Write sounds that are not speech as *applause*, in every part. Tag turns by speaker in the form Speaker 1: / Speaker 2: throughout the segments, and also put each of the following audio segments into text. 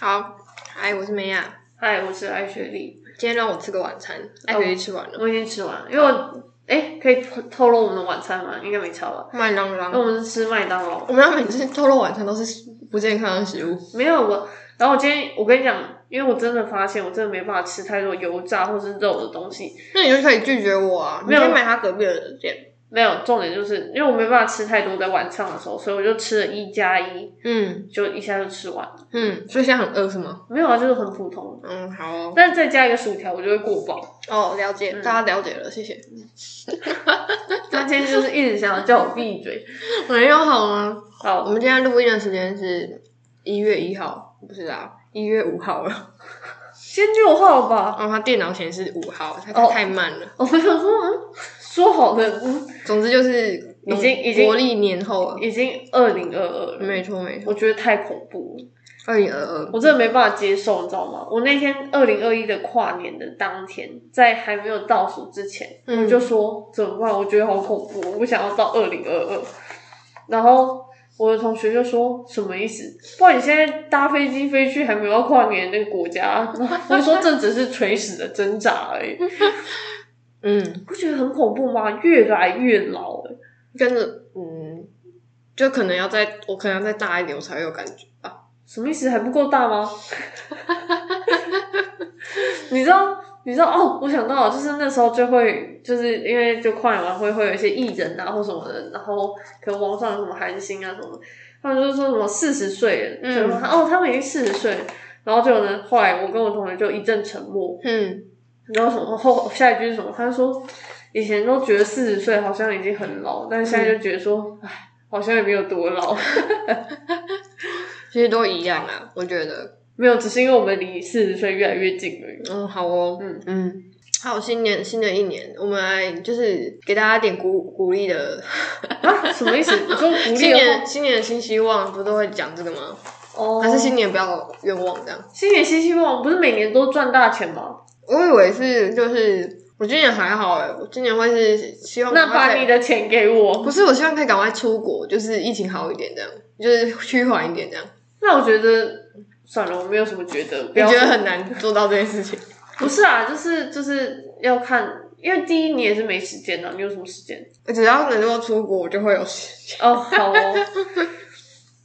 Speaker 1: 好，哎，我是梅亚，
Speaker 2: 嗨，我是艾雪莉，
Speaker 1: 今天让我吃个晚
Speaker 2: 哦
Speaker 1: 餐，艾雪莉吃完了，
Speaker 2: 我已经吃完了，因为我哎，可以透透露我们的晚餐吗？应该没差吧？
Speaker 1: 麦当劳
Speaker 2: 那。我们是吃麦当劳，
Speaker 1: 我们要每次透露晚餐都是不健康的食物，
Speaker 2: 没有我。然后我今天我跟你讲，因为我真的发现我真的没办法吃太多油炸或是肉的东西。
Speaker 1: 那你就可以拒绝我啊！你
Speaker 2: 没有
Speaker 1: 可以买他隔壁的店。
Speaker 2: 没有，重点就是因为我没办法吃太多，在晚上的时候，所以我就吃了一加一，
Speaker 1: 嗯
Speaker 2: 就一下就吃完了。
Speaker 1: 嗯，所以现在很饿是吗？
Speaker 2: 没有啊，就是很普通。
Speaker 1: 嗯，好哦。
Speaker 2: 但是再加一个薯条，我就会过饱。
Speaker 1: 哦，了解，
Speaker 2: 嗯
Speaker 1: 大家了解了，谢谢。
Speaker 2: 他今天就是一直想要叫我闭嘴。
Speaker 1: 没有好吗？我
Speaker 2: 好，
Speaker 1: 们今天录音的时间是一月一号，不是啊，一月五号了。哦
Speaker 2: 先六号吧。
Speaker 1: 然后他电脑显示五号，他
Speaker 2: 哦
Speaker 1: 太慢了。
Speaker 2: 我想说，嗯，说好的，嗯，
Speaker 1: 总之就是
Speaker 2: 已经已经
Speaker 1: 国历年后了，
Speaker 2: 已经二零二二了，
Speaker 1: 没错没错，
Speaker 2: 我觉得太恐怖了，
Speaker 1: 二零二二。
Speaker 2: 我真的没办法接受，你知道吗？我那天二零二一的跨年的当天，在还没有倒数之前，
Speaker 1: 嗯
Speaker 2: 我就说怎么办？我觉得好恐怖，我不想要到二零二二。然后我的同学就说什么意思？不然你现在搭飞机飞去还没有要跨年的那个国家， *laughs* 然后我就说这只是垂死的挣扎而已，
Speaker 1: 嗯，
Speaker 2: 不觉得很恐怖吗？越来越老、欸，
Speaker 1: 跟着嗯，就可能要再我可能要再大一点，我才会有感觉吧。
Speaker 2: 什么意思？还不够大吗？ *laughs* 你知道，你知道哦，我想到了，就是那时候就会，就是因为就跨年晚会会有一些艺人啊或什么的，然后可能网上有什么韩星啊什么的，他们就说什么四十岁了，
Speaker 1: 嗯
Speaker 2: 就说哦他们已经四十岁了，然后就呢，后来我跟我同学就一阵沉默，
Speaker 1: 嗯，
Speaker 2: 然后什么后下一句是什么？他说以前都觉得四十岁好像已经很老，但是现在就觉得说，哎、好像也没有多老。 *laughs*
Speaker 1: 其实都一样啊，我觉得。
Speaker 2: 没有，只是因为我们离四十岁越来越近而已。
Speaker 1: 嗯，好哦，
Speaker 2: 嗯
Speaker 1: 嗯。还有新年新的一年，我们来就是给大家点鼓鼓励
Speaker 2: *laughs*
Speaker 1: 的。
Speaker 2: 啊，什么意思？你说鼓
Speaker 1: 新
Speaker 2: 励的
Speaker 1: 年
Speaker 2: 话
Speaker 1: 新年新希望，不都会讲这个吗？
Speaker 2: 哦，
Speaker 1: 还是新年不要愿望这样？
Speaker 2: 新年新希望，不是每年都赚大钱吗？
Speaker 1: 我以为是就是我今年还好哎、我今年会是希望
Speaker 2: 那
Speaker 1: 赶快
Speaker 2: 把
Speaker 1: 可以
Speaker 2: 你的钱给我。
Speaker 1: 不是我希望可以赶快出国，就是疫情好一点这样，就是趋缓一点这样。
Speaker 2: 那我觉得算了，我没有什么觉得，不
Speaker 1: 你
Speaker 2: 要
Speaker 1: 觉得很难做到这件事情？
Speaker 2: 不是啊，就是就是要看，因为第一你也是没时间的，你有什么时间？
Speaker 1: 只要能够出国，我就会有时间。
Speaker 2: 哦，
Speaker 1: *laughs*
Speaker 2: 好哦。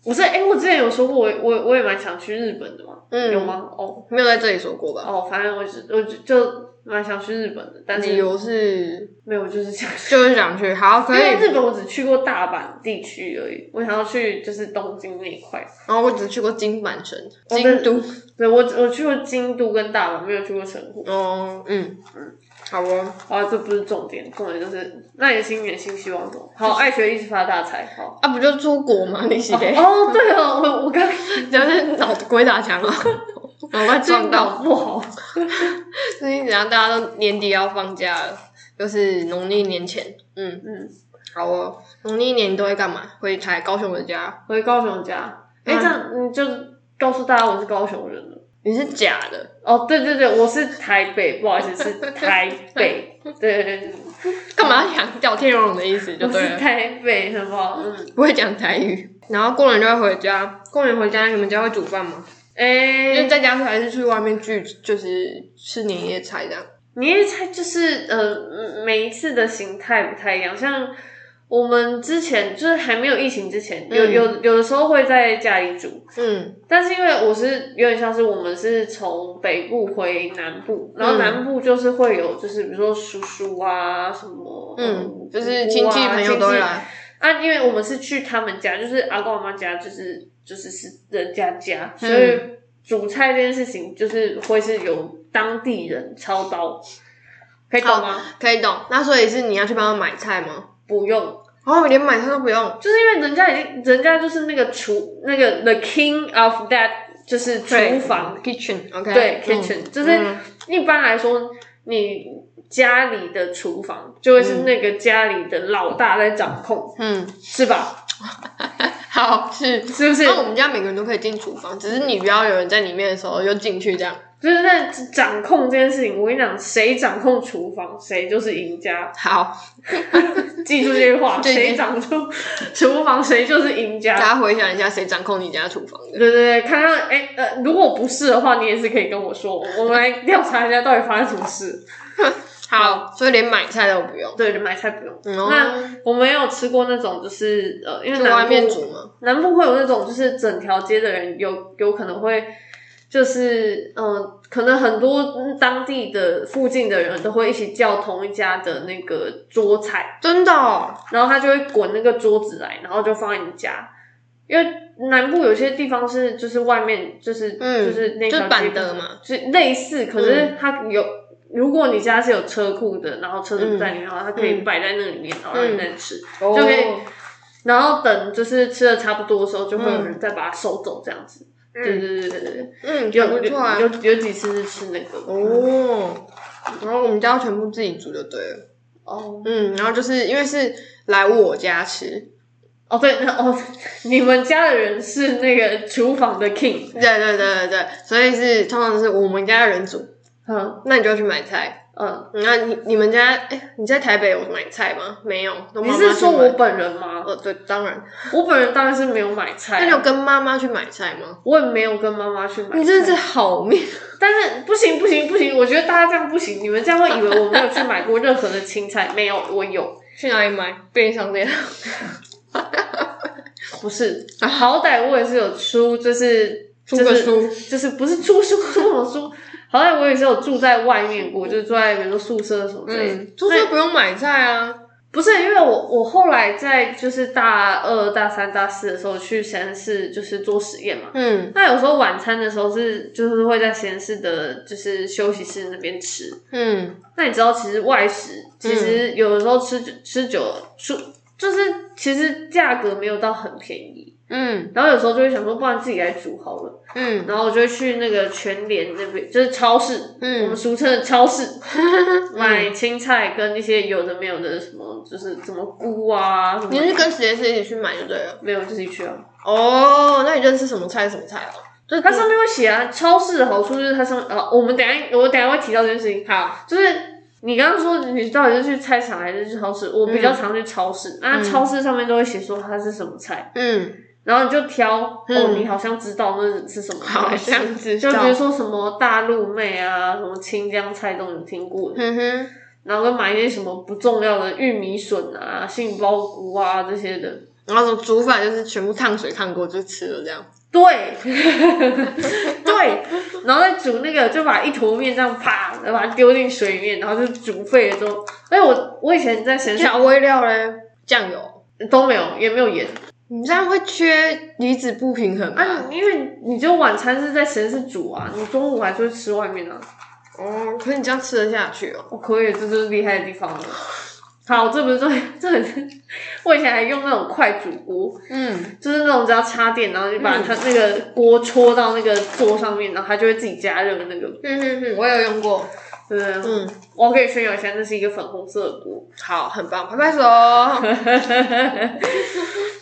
Speaker 2: 我是哎、诶我之前有说过，我我我也蛮想去日本的嘛，
Speaker 1: 嗯
Speaker 2: 有吗？哦
Speaker 1: 没有在这里说过吧？
Speaker 2: 哦，反正我是我就就蛮想去日本的，但
Speaker 1: 理
Speaker 2: 是
Speaker 1: 由是
Speaker 2: 没有，我就是想去。
Speaker 1: 就是想去，好可
Speaker 2: 因为
Speaker 1: 以。
Speaker 2: 日本我只去过大阪地区而已，我想要去就是东京那一块。
Speaker 1: 然后我只去过金板神、
Speaker 2: 哦
Speaker 1: 京都。
Speaker 2: 对我我去过京都跟大阪，没有去过神户。
Speaker 1: 哦，嗯嗯，好哦。
Speaker 2: 啊，这不是重点，重点就是那你的新年新希望什么？好，爱学一直发大财。好。
Speaker 1: 啊，不就出国吗？你是 *laughs* 嘞，
Speaker 2: 哦，对哦，我我刚
Speaker 1: 讲是脑鬼打墙 *laughs* 了，脑
Speaker 2: *laughs*
Speaker 1: 快
Speaker 2: 最
Speaker 1: 撞
Speaker 2: 近
Speaker 1: 到。
Speaker 2: 脑不好。
Speaker 1: 最近怎样？大家都年底要放假了，就是农历年前。嗯，
Speaker 2: 嗯，
Speaker 1: 好哦。农历年你都会干嘛？回台高雄的家？
Speaker 2: 回高雄家。哎、
Speaker 1: 嗯
Speaker 2: 这样你就告诉大家我是高雄人了。
Speaker 1: 你是假的，
Speaker 2: 哦，对对对，我是台北，不好意思，是台北。对对对，
Speaker 1: 干嘛想屌天龙的意思 *laughs* 就
Speaker 2: 我
Speaker 1: 对 *laughs*
Speaker 2: 是
Speaker 1: 了。
Speaker 2: 台北，好不好？嗯。
Speaker 1: 不会讲台语，然后过年就会回家。过年回家，你们家会煮饭吗？
Speaker 2: 哎、
Speaker 1: 就是在家还是去外面聚，就是吃年夜菜这样？
Speaker 2: 年夜菜就是呃，每一次的形态不太一样。像我们之前就是还没有疫情之前，有
Speaker 1: 嗯
Speaker 2: 有有的时候会在家里煮，
Speaker 1: 嗯
Speaker 2: 但是因为我是有点像是我们是从北部回南部，然后
Speaker 1: 嗯
Speaker 2: 南部就是会有就是比如说叔叔啊什么，
Speaker 1: 嗯，就
Speaker 2: 姑
Speaker 1: 是
Speaker 2: 姑
Speaker 1: 亲戚
Speaker 2: 啊
Speaker 1: 朋友都会
Speaker 2: 亲戚
Speaker 1: 来。
Speaker 2: 啊，因为我们是去他们家，就是阿公阿妈家，就是就是是人家家，所
Speaker 1: 嗯
Speaker 2: 以煮菜这件事情就是会是由当地人操刀，可以懂吗？
Speaker 1: 可以懂。那所以是你要去帮他买菜吗？
Speaker 2: 不用，
Speaker 1: 哦，连买菜都不用。
Speaker 2: 就是因为人家已经，人家就是那个厨，那个 the king of that，就是厨房，
Speaker 1: kitchen，OK，、
Speaker 2: 对 kitchen，、就是
Speaker 1: 嗯
Speaker 2: 一般来说你。家里的厨房就会是那个家里的老大在掌控，
Speaker 1: 嗯，
Speaker 2: 是吧？
Speaker 1: 好是。
Speaker 2: 是不是？
Speaker 1: 那我们家每个人都可以进厨房，只是你不要有人在里面的时候又进去这样。
Speaker 2: 就是在掌控这件事情，我跟你讲，谁掌控厨房，谁就是赢家。
Speaker 1: 好，
Speaker 2: 记住这句话，
Speaker 1: *laughs* 对
Speaker 2: 谁长出厨房谁就是赢
Speaker 1: 大
Speaker 2: 家。
Speaker 1: 家回想一下，谁掌控你家厨房的？
Speaker 2: 对对对，看看哎呃，如果不是的话，你也是可以跟我说，我们来调查一下到底发生什么事。
Speaker 1: *laughs* 好，所以连买菜都不用。
Speaker 2: 对，买菜不用。
Speaker 1: 嗯
Speaker 2: 那
Speaker 1: 哦，
Speaker 2: 我没有吃过那种，就是呃，因为
Speaker 1: 就
Speaker 2: 南
Speaker 1: 外
Speaker 2: 部
Speaker 1: 面煮嘛。
Speaker 2: 南部会有那种，就是整条街的人有有可能会，就是嗯、呃可能很多嗯当地的附近的人都会一起叫同一家的那个桌菜，
Speaker 1: 真的哦、
Speaker 2: 然后他就会滚那个桌子来，然后就放在你家。因为南部有些地方是就是外面就是、
Speaker 1: 嗯
Speaker 2: 就是那条
Speaker 1: 就是板
Speaker 2: 街
Speaker 1: 德嘛，
Speaker 2: 就类似，可是它有。如果你家是有车库的，然后车子
Speaker 1: 嗯
Speaker 2: 在里面，然后它可以
Speaker 1: 嗯
Speaker 2: 摆在那里面，然后让
Speaker 1: 嗯
Speaker 2: 你再吃。
Speaker 1: 就
Speaker 2: 可以然后等就是吃的差不多的时候，就会有人再把它收走这样子。对对对对对，
Speaker 1: 嗯，
Speaker 2: 有
Speaker 1: 很不错啊
Speaker 2: 有。有有几次是吃那个嗯
Speaker 1: 哦，然后我们家要全部自己煮就对了。
Speaker 2: 哦
Speaker 1: 嗯，然后就是因为是来我家吃，
Speaker 2: 哦对那哦，你们家的人是那个厨房的 king，
Speaker 1: 对对对对对，所以是通常是我们家的人煮，
Speaker 2: 嗯
Speaker 1: 那你就要去买菜。
Speaker 2: 嗯，
Speaker 1: 那你你们家，哎、你在台北有买菜吗？没有，都
Speaker 2: 你
Speaker 1: 妈妈
Speaker 2: 是
Speaker 1: 去
Speaker 2: 说
Speaker 1: 买
Speaker 2: 我？本人吗？
Speaker 1: 呃，对，当然。
Speaker 2: 我本人当然是没有买
Speaker 1: 那
Speaker 2: 菜
Speaker 1: 你有
Speaker 2: 啊，
Speaker 1: 跟妈妈去买菜吗？
Speaker 2: 我也没有跟妈妈去买菜。
Speaker 1: 你真的是好命，
Speaker 2: 但是不行不行不行，我觉得大家这样不行，你们这样会以为我没有去买过任何的青菜，没有，我有。
Speaker 1: 去哪里买？便利商店。
Speaker 2: 不是，好歹我也是有出，就是
Speaker 1: *laughs* 啊出个
Speaker 2: 就是，就是不是出书出什么书， *laughs* 好歹我也是有住在外面过，就是住在比如说宿舍什么之类的。
Speaker 1: 嗯，就是不用买菜啊。
Speaker 2: 不是因为我我后来在就是大二、大三、大四的时候去实验室就是做实验嘛。
Speaker 1: 嗯
Speaker 2: 那有时候晚餐的时候是就是会在实验室的，就是休息室那边吃。
Speaker 1: 嗯，
Speaker 2: 那你知道，其实外食其实有的时候吃、吃久了，就就是其实价格没有到很便宜。
Speaker 1: 嗯
Speaker 2: 然后有时候就会想说，不然自己来煮好了。
Speaker 1: 嗯
Speaker 2: 然后我就会去那个全联那边，就是超市，我们
Speaker 1: 嗯，
Speaker 2: 俗称的
Speaker 1: *laughs*
Speaker 2: 超市，买青菜跟一些有的没有的什么，就是什么菇啊，什么
Speaker 1: 你是跟实验室一起去买就对了。
Speaker 2: 没有自己去啊。
Speaker 1: 哦，那你认识什么菜是什么菜哦？就是
Speaker 2: 它上面会写啊，超市的好处就是它上啊，我们等一下我等一下会提到这件事情，
Speaker 1: 好，
Speaker 2: 就是。你刚刚说你到底是去菜场还是去超市？我比较常去超市，那超市上面都会写说它是什么菜，
Speaker 1: 嗯，
Speaker 2: 然后你就挑、哦，
Speaker 1: 嗯
Speaker 2: 你好像知道那是什么菜，
Speaker 1: 好像知
Speaker 2: 就
Speaker 1: 道
Speaker 2: 比如说什么大陆妹啊，什么清江菜都有听过的，
Speaker 1: 嗯哼，
Speaker 2: 然后跟买一些什么不重要的玉米笋啊、杏鲍菇啊这些的。
Speaker 1: 然后煮法就是全部烫水烫过就吃了这样。
Speaker 2: 对， *laughs* 对，然后再煮那个，就把一坨面这样啪，然后把它丢进水里面，然后就煮沸了之后。哎，我我以前在闲校
Speaker 1: 调味料嘞，酱油，
Speaker 2: 都没有，也没有盐
Speaker 1: 你这样会缺离子不平衡吧？
Speaker 2: 啊，因为你就晚餐是在闲室煮啊，你中午还是会吃外面啊。
Speaker 1: 哦，可是你这样吃得下去哦。
Speaker 2: 我可以，这就是厉害的地方了。好，这不是重 *laughs* 点，这很是我以前还用那种快煮锅，
Speaker 1: 嗯，
Speaker 2: 就是那种只要插电，然后就把它那个锅戳到那个锅上面，然后它就会自己加热那个，
Speaker 1: 嗯嗯嗯，我有用过。
Speaker 2: 对不对？
Speaker 1: 嗯，
Speaker 2: 我可以炫耀一下，那是一个粉红色的锅。
Speaker 1: 好，很棒，拍拍手。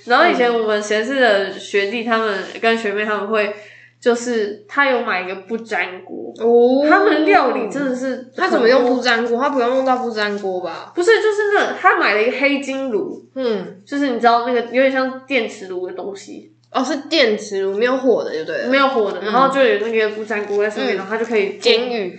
Speaker 2: 然后以前我们闲室的学弟他们跟学妹他们会，就是他有买一个不粘锅，
Speaker 1: *laughs* 哦
Speaker 2: 他们料理真的是
Speaker 1: 他怎么用不
Speaker 2: 很多？
Speaker 1: 粘锅？他不用用到不粘锅吧？
Speaker 2: 不是，就是那种他买了一个黑金炉，
Speaker 1: 嗯，
Speaker 2: 就是你知道那个有点像电磁炉的东西，
Speaker 1: 哦，是电磁炉，没有火的就对了。
Speaker 2: 没有火的，
Speaker 1: 嗯
Speaker 2: 然后就有那个不粘锅在上面，
Speaker 1: 嗯
Speaker 2: 然后它就可以
Speaker 1: 煎鱼，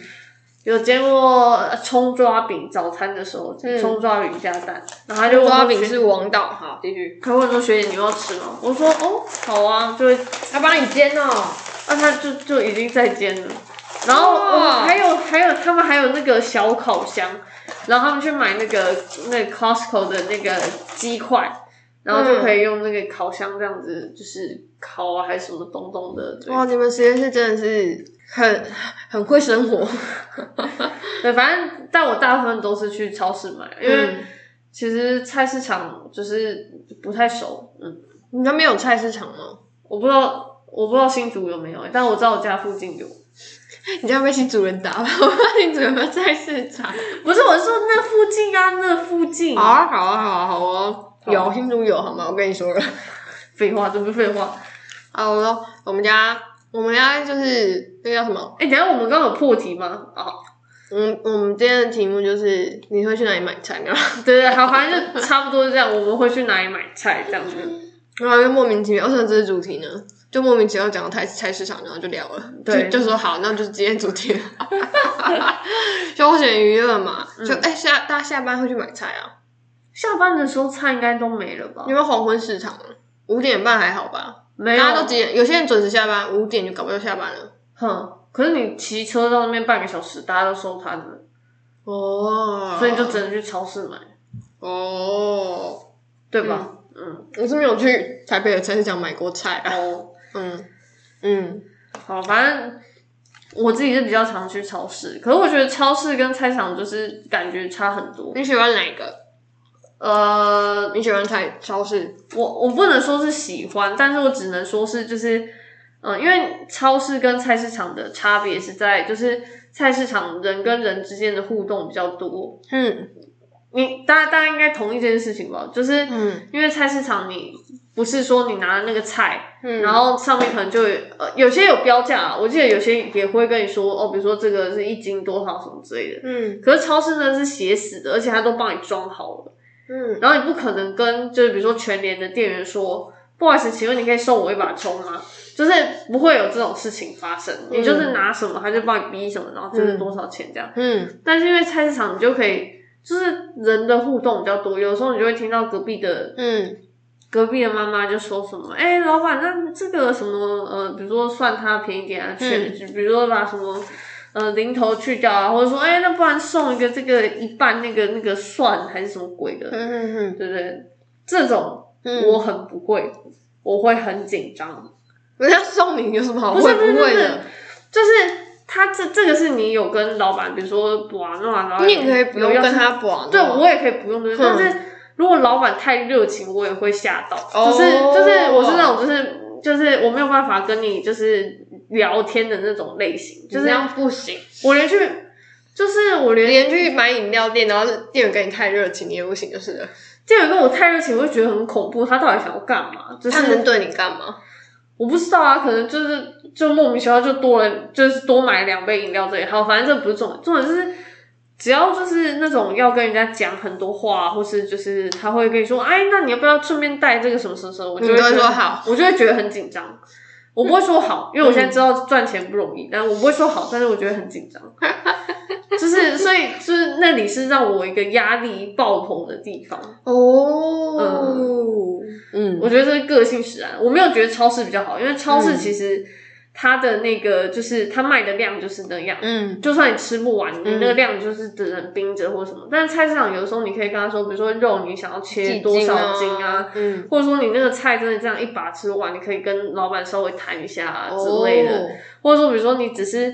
Speaker 2: 有煎过呃葱抓饼，早餐的时候
Speaker 1: 嗯
Speaker 2: 葱抓饼加蛋，然后他就问
Speaker 1: 抓
Speaker 2: 我
Speaker 1: 饼
Speaker 2: 学
Speaker 1: 是王道。好，继续。
Speaker 2: 他问我说学姐你要吃吗？我说哦好啊，就会，
Speaker 1: 他帮你煎哦。
Speaker 2: 那、他就就已经在煎了。然后
Speaker 1: 哇
Speaker 2: 我们还有还有他们还有那个小烤箱，然后他们去买那个那个 Costco 的那个鸡块，然后就
Speaker 1: 嗯
Speaker 2: 可以用那个烤箱这样子就是烤啊还是什么东东的，对
Speaker 1: 哇，你们实验室真的是很很会生活。
Speaker 2: 对，反正但我大部分都是去超市买，因为
Speaker 1: 嗯，
Speaker 2: 其实菜市场就是不太熟，嗯，
Speaker 1: 你那边有菜市场吗？
Speaker 2: 我不知道我不知道新竹有没有、但我知道我家附近有。
Speaker 1: 你这样被新主人打吧？ *laughs* 我怕新主人有菜市场。
Speaker 2: 不是，我是说那附近啊，那附近。
Speaker 1: 好啊，好啊，好啊，好哦。
Speaker 2: 好
Speaker 1: 有新竹有好吗？我跟你说了。
Speaker 2: 废话，这不是废话。
Speaker 1: 啊，我说我们家，我们家就是那叫什么？
Speaker 2: 哎、等一下我们刚刚有破题吗？哦，
Speaker 1: 我们我们今天的题目就是你会去哪里买菜，然后
Speaker 2: 对对，好，反正就差不多是这样。我们会去哪里买菜这样子？
Speaker 1: *laughs* 然后又莫名其妙，为什么这是主题呢？就莫名其妙讲到菜菜市场，然后就聊了，
Speaker 2: 对
Speaker 1: 就就说好，那就是今天主题了， *laughs* 休闲娱乐嘛，就
Speaker 2: 嗯
Speaker 1: 哎、下大家下班会去买菜啊？
Speaker 2: 下班的时候菜应该都没了吧
Speaker 1: 有？没有黄昏市场啊？五点半还好吧？
Speaker 2: 没
Speaker 1: 大
Speaker 2: 有，
Speaker 1: 家都几点？有些人准时下班，五点就搞不就下班了。
Speaker 2: 哼。可是你骑车到那边半个小时，大家都收摊了，
Speaker 1: 哦，
Speaker 2: 所以你就只能去超市买，
Speaker 1: 哦，
Speaker 2: 对吧？嗯，
Speaker 1: 我是没有去台北的菜市场买过菜啊。
Speaker 2: 哦，
Speaker 1: 嗯嗯，
Speaker 2: 好，反正我自己是比较常去超市，可是我觉得超市跟菜场就是感觉差很多。
Speaker 1: 你喜欢哪一个？
Speaker 2: 呃，
Speaker 1: 你喜欢菜超市？
Speaker 2: 我我不能说是喜欢，但是我只能说是就是，嗯、因为超市跟菜市场的差别是在就是菜市场人跟人之间的互动比较多。
Speaker 1: 嗯
Speaker 2: 你大家大家应该同意这件事情吧？就是
Speaker 1: 嗯
Speaker 2: 因为菜市场你不是说你拿了那个菜，
Speaker 1: 嗯，
Speaker 2: 然后上面可能就有呃有些有标价、啊，我记得有些也会跟你说哦，比如说这个是一斤多少什么之类的。
Speaker 1: 嗯
Speaker 2: 可是超市呢是写死的，而且它都帮你装好了。
Speaker 1: 嗯
Speaker 2: 然后你不可能跟就是比如说全联的店员说，不好意思，请问你可以送我一把葱吗？就是不会有这种事情发生，
Speaker 1: 嗯
Speaker 2: 你就是拿什么他就帮你逼什么，然后就是多少钱这样。
Speaker 1: 嗯
Speaker 2: 但是因为菜市场你就可以，就是人的互动比较多，有时候你就会听到隔壁的
Speaker 1: 嗯
Speaker 2: 隔壁的妈妈就说什么，哎、老板，那这个什么呃，比如说算它便宜点啊，去、
Speaker 1: 嗯
Speaker 2: 比如说把什么。呃，零头去掉啊，或者说，哎、那不然送一个这个一半那个那个蒜还是什么鬼的，
Speaker 1: 嗯
Speaker 2: 对不对？这种
Speaker 1: 嗯， *laughs*
Speaker 2: 我很不会，我会很紧张。
Speaker 1: 人家送你有什么好
Speaker 2: 不
Speaker 1: 会
Speaker 2: 是不是
Speaker 1: 会
Speaker 2: 不是
Speaker 1: 的？
Speaker 2: 就是他这这个是你有跟老板，比如说玩弄啊，然后
Speaker 1: 你也可以不用
Speaker 2: 有要
Speaker 1: 跟
Speaker 2: 是
Speaker 1: 他玩。啊
Speaker 2: 对我也可以不用的，
Speaker 1: 嗯
Speaker 2: 但是如果老板太热情，我也会吓到。
Speaker 1: 哦
Speaker 2: 就是就是我是那种就是就是我没有办法跟你就是聊天的那种类型，就
Speaker 1: 就是这
Speaker 2: 是
Speaker 1: 样不行。
Speaker 2: 我连去就是我连
Speaker 1: 连去买饮料店，然后店员跟你太热情，你也不行，就是了。
Speaker 2: 这个跟我太热情，我会觉得很恐怖。他到底想要干嘛？就是
Speaker 1: 他能对你干嘛？
Speaker 2: 我不知道啊，可能就是就莫名其妙就多了，就是多买两杯饮料这里。好，反正这不是重点，重点就是只要就是那种要跟人家讲很多话，或是就是他会跟你说，哎，那你要不要顺便带这个什么什么什么？我就
Speaker 1: 嗯你都会
Speaker 2: 觉得
Speaker 1: 说好，
Speaker 2: 我就会觉得很紧张。我不会说好，因为我现在知道赚钱不容易，但我不会说好，但是我觉得很紧张。就是，所以就是那里是让我一个压力爆棚的地方。
Speaker 1: 哦，嗯
Speaker 2: 我觉得这是个性使然，我没有觉得超市比较好，因为超市其实它的那个就是它卖的量就是那样，
Speaker 1: 嗯
Speaker 2: 就算你吃不完，你
Speaker 1: 嗯
Speaker 2: 那个量就是只能冰着或什么。但是菜市场有的时候你可以跟他说，比如说肉你想要切多少斤啊，，
Speaker 1: 嗯
Speaker 2: 或者说你那个菜真的这样一把吃完，你可以跟老板稍微谈一下啊
Speaker 1: 哦
Speaker 2: 之类的，，
Speaker 1: 嗯
Speaker 2: 或者说比如说你只是